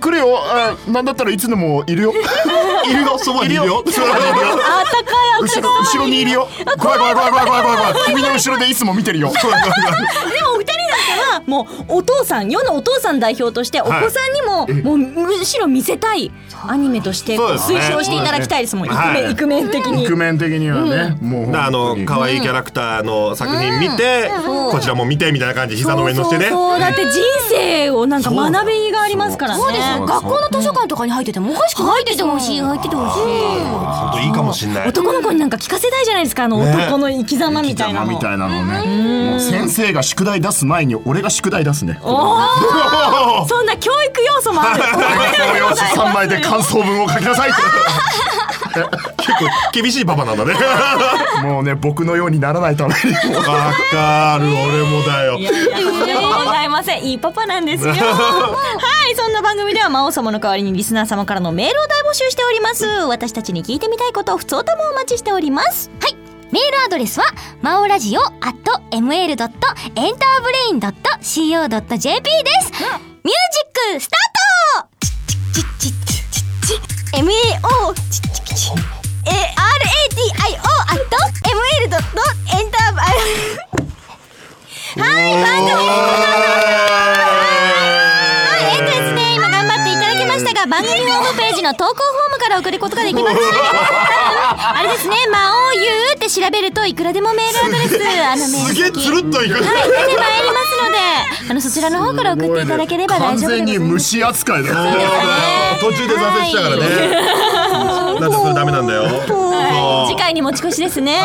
Speaker 14: 来るよあなんだったらいつでもい るよ
Speaker 8: いるよそばにいるよ
Speaker 14: そばにいるよ後ろ後ろにいるよ怖い怖い怖い怖い怖い怖い君の後ろでいつも見てるよ
Speaker 2: でもお二人なんかはもうお父さん世のお父さん代表としてお
Speaker 14: はい
Speaker 2: 子さんにも、もうむしろ見せたいアニメとしてこう
Speaker 14: そうですね
Speaker 2: 推奨していただきたいですもん、
Speaker 14: そうですね
Speaker 2: イクメンイクメン的に。
Speaker 14: イクメン的にはね、もう
Speaker 8: だからあの可愛いキャラクターの作品見て、
Speaker 2: うん
Speaker 8: こちらも見てみたいな感じで膝の上に乗せてね
Speaker 2: そうそうそうだって人生をなんか学びがありますからね。
Speaker 16: そうですよ学校の図書館とかに入っててもおかしくないですもん入っててほしい入っててほしい
Speaker 8: 本当いいかもしんない
Speaker 2: 男の子になんか聞かせたいじゃないですかあの
Speaker 14: ね
Speaker 2: 男の生き様みたいな
Speaker 14: 生
Speaker 2: の。
Speaker 14: みたいなのねもう先生が宿題出す前に俺が宿題出すね
Speaker 2: おお、そんな教育要素もある。
Speaker 14: お用紙3枚で感想文を書きなさいって
Speaker 8: 結構厳しいパパなんだね
Speaker 14: もうね僕のようにならないためにも
Speaker 8: わかる俺もだよ
Speaker 2: いやいや、とんでもございません。いいパパなんですよ。はい、そんな番組では魔王様の代わりにリスナー様からのメールを大募集しております。私たちに聞いてみたいこと、普通ともお待ちしております。
Speaker 3: はい。メールアドレスは、まおラジオ at ml.enterbrain.co.jp です。ミュージックスタート
Speaker 5: MAO え RADIO アット ML ドットエンターバ
Speaker 2: はい、えっとですね、今頑張っていただきましたが、番組ホームページの投稿フォームから送ることができます。あれですね、魔王ゆうって調べるといくらでもメールアドレス、あのメール
Speaker 8: すげえつるっといく
Speaker 2: はい、出てまいりますので、あのそちらの方から送っていただければ大
Speaker 14: 完
Speaker 2: 丈夫で
Speaker 14: 全
Speaker 2: す。
Speaker 14: に虫扱いだよ
Speaker 8: 途中で挫折したからねなんかそれダメなんだよ
Speaker 2: はい
Speaker 8: そう
Speaker 2: 次回に持ち越しです ね。練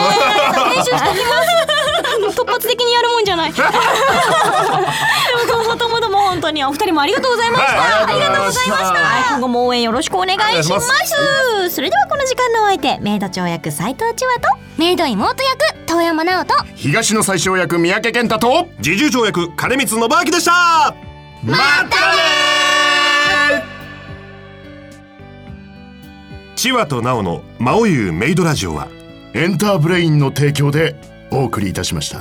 Speaker 2: 習してきます。突発的にやるもんじゃない。でもどうもともどうも本当にお二人もありがとうございました。
Speaker 8: はいありがとうございました
Speaker 2: はい今後も応援よろしくお願いしま。
Speaker 8: お願いします
Speaker 2: それではこの時間のお相手、メイド長役斉藤千和と
Speaker 3: メイド妹役、遠山直人。
Speaker 14: 東の最小役三宅健太と
Speaker 8: 自重条約金光信明でしたまたね千和と奈緒の「真央優メイドラジオは」
Speaker 14: エンターブレインの提供でお送りいたしました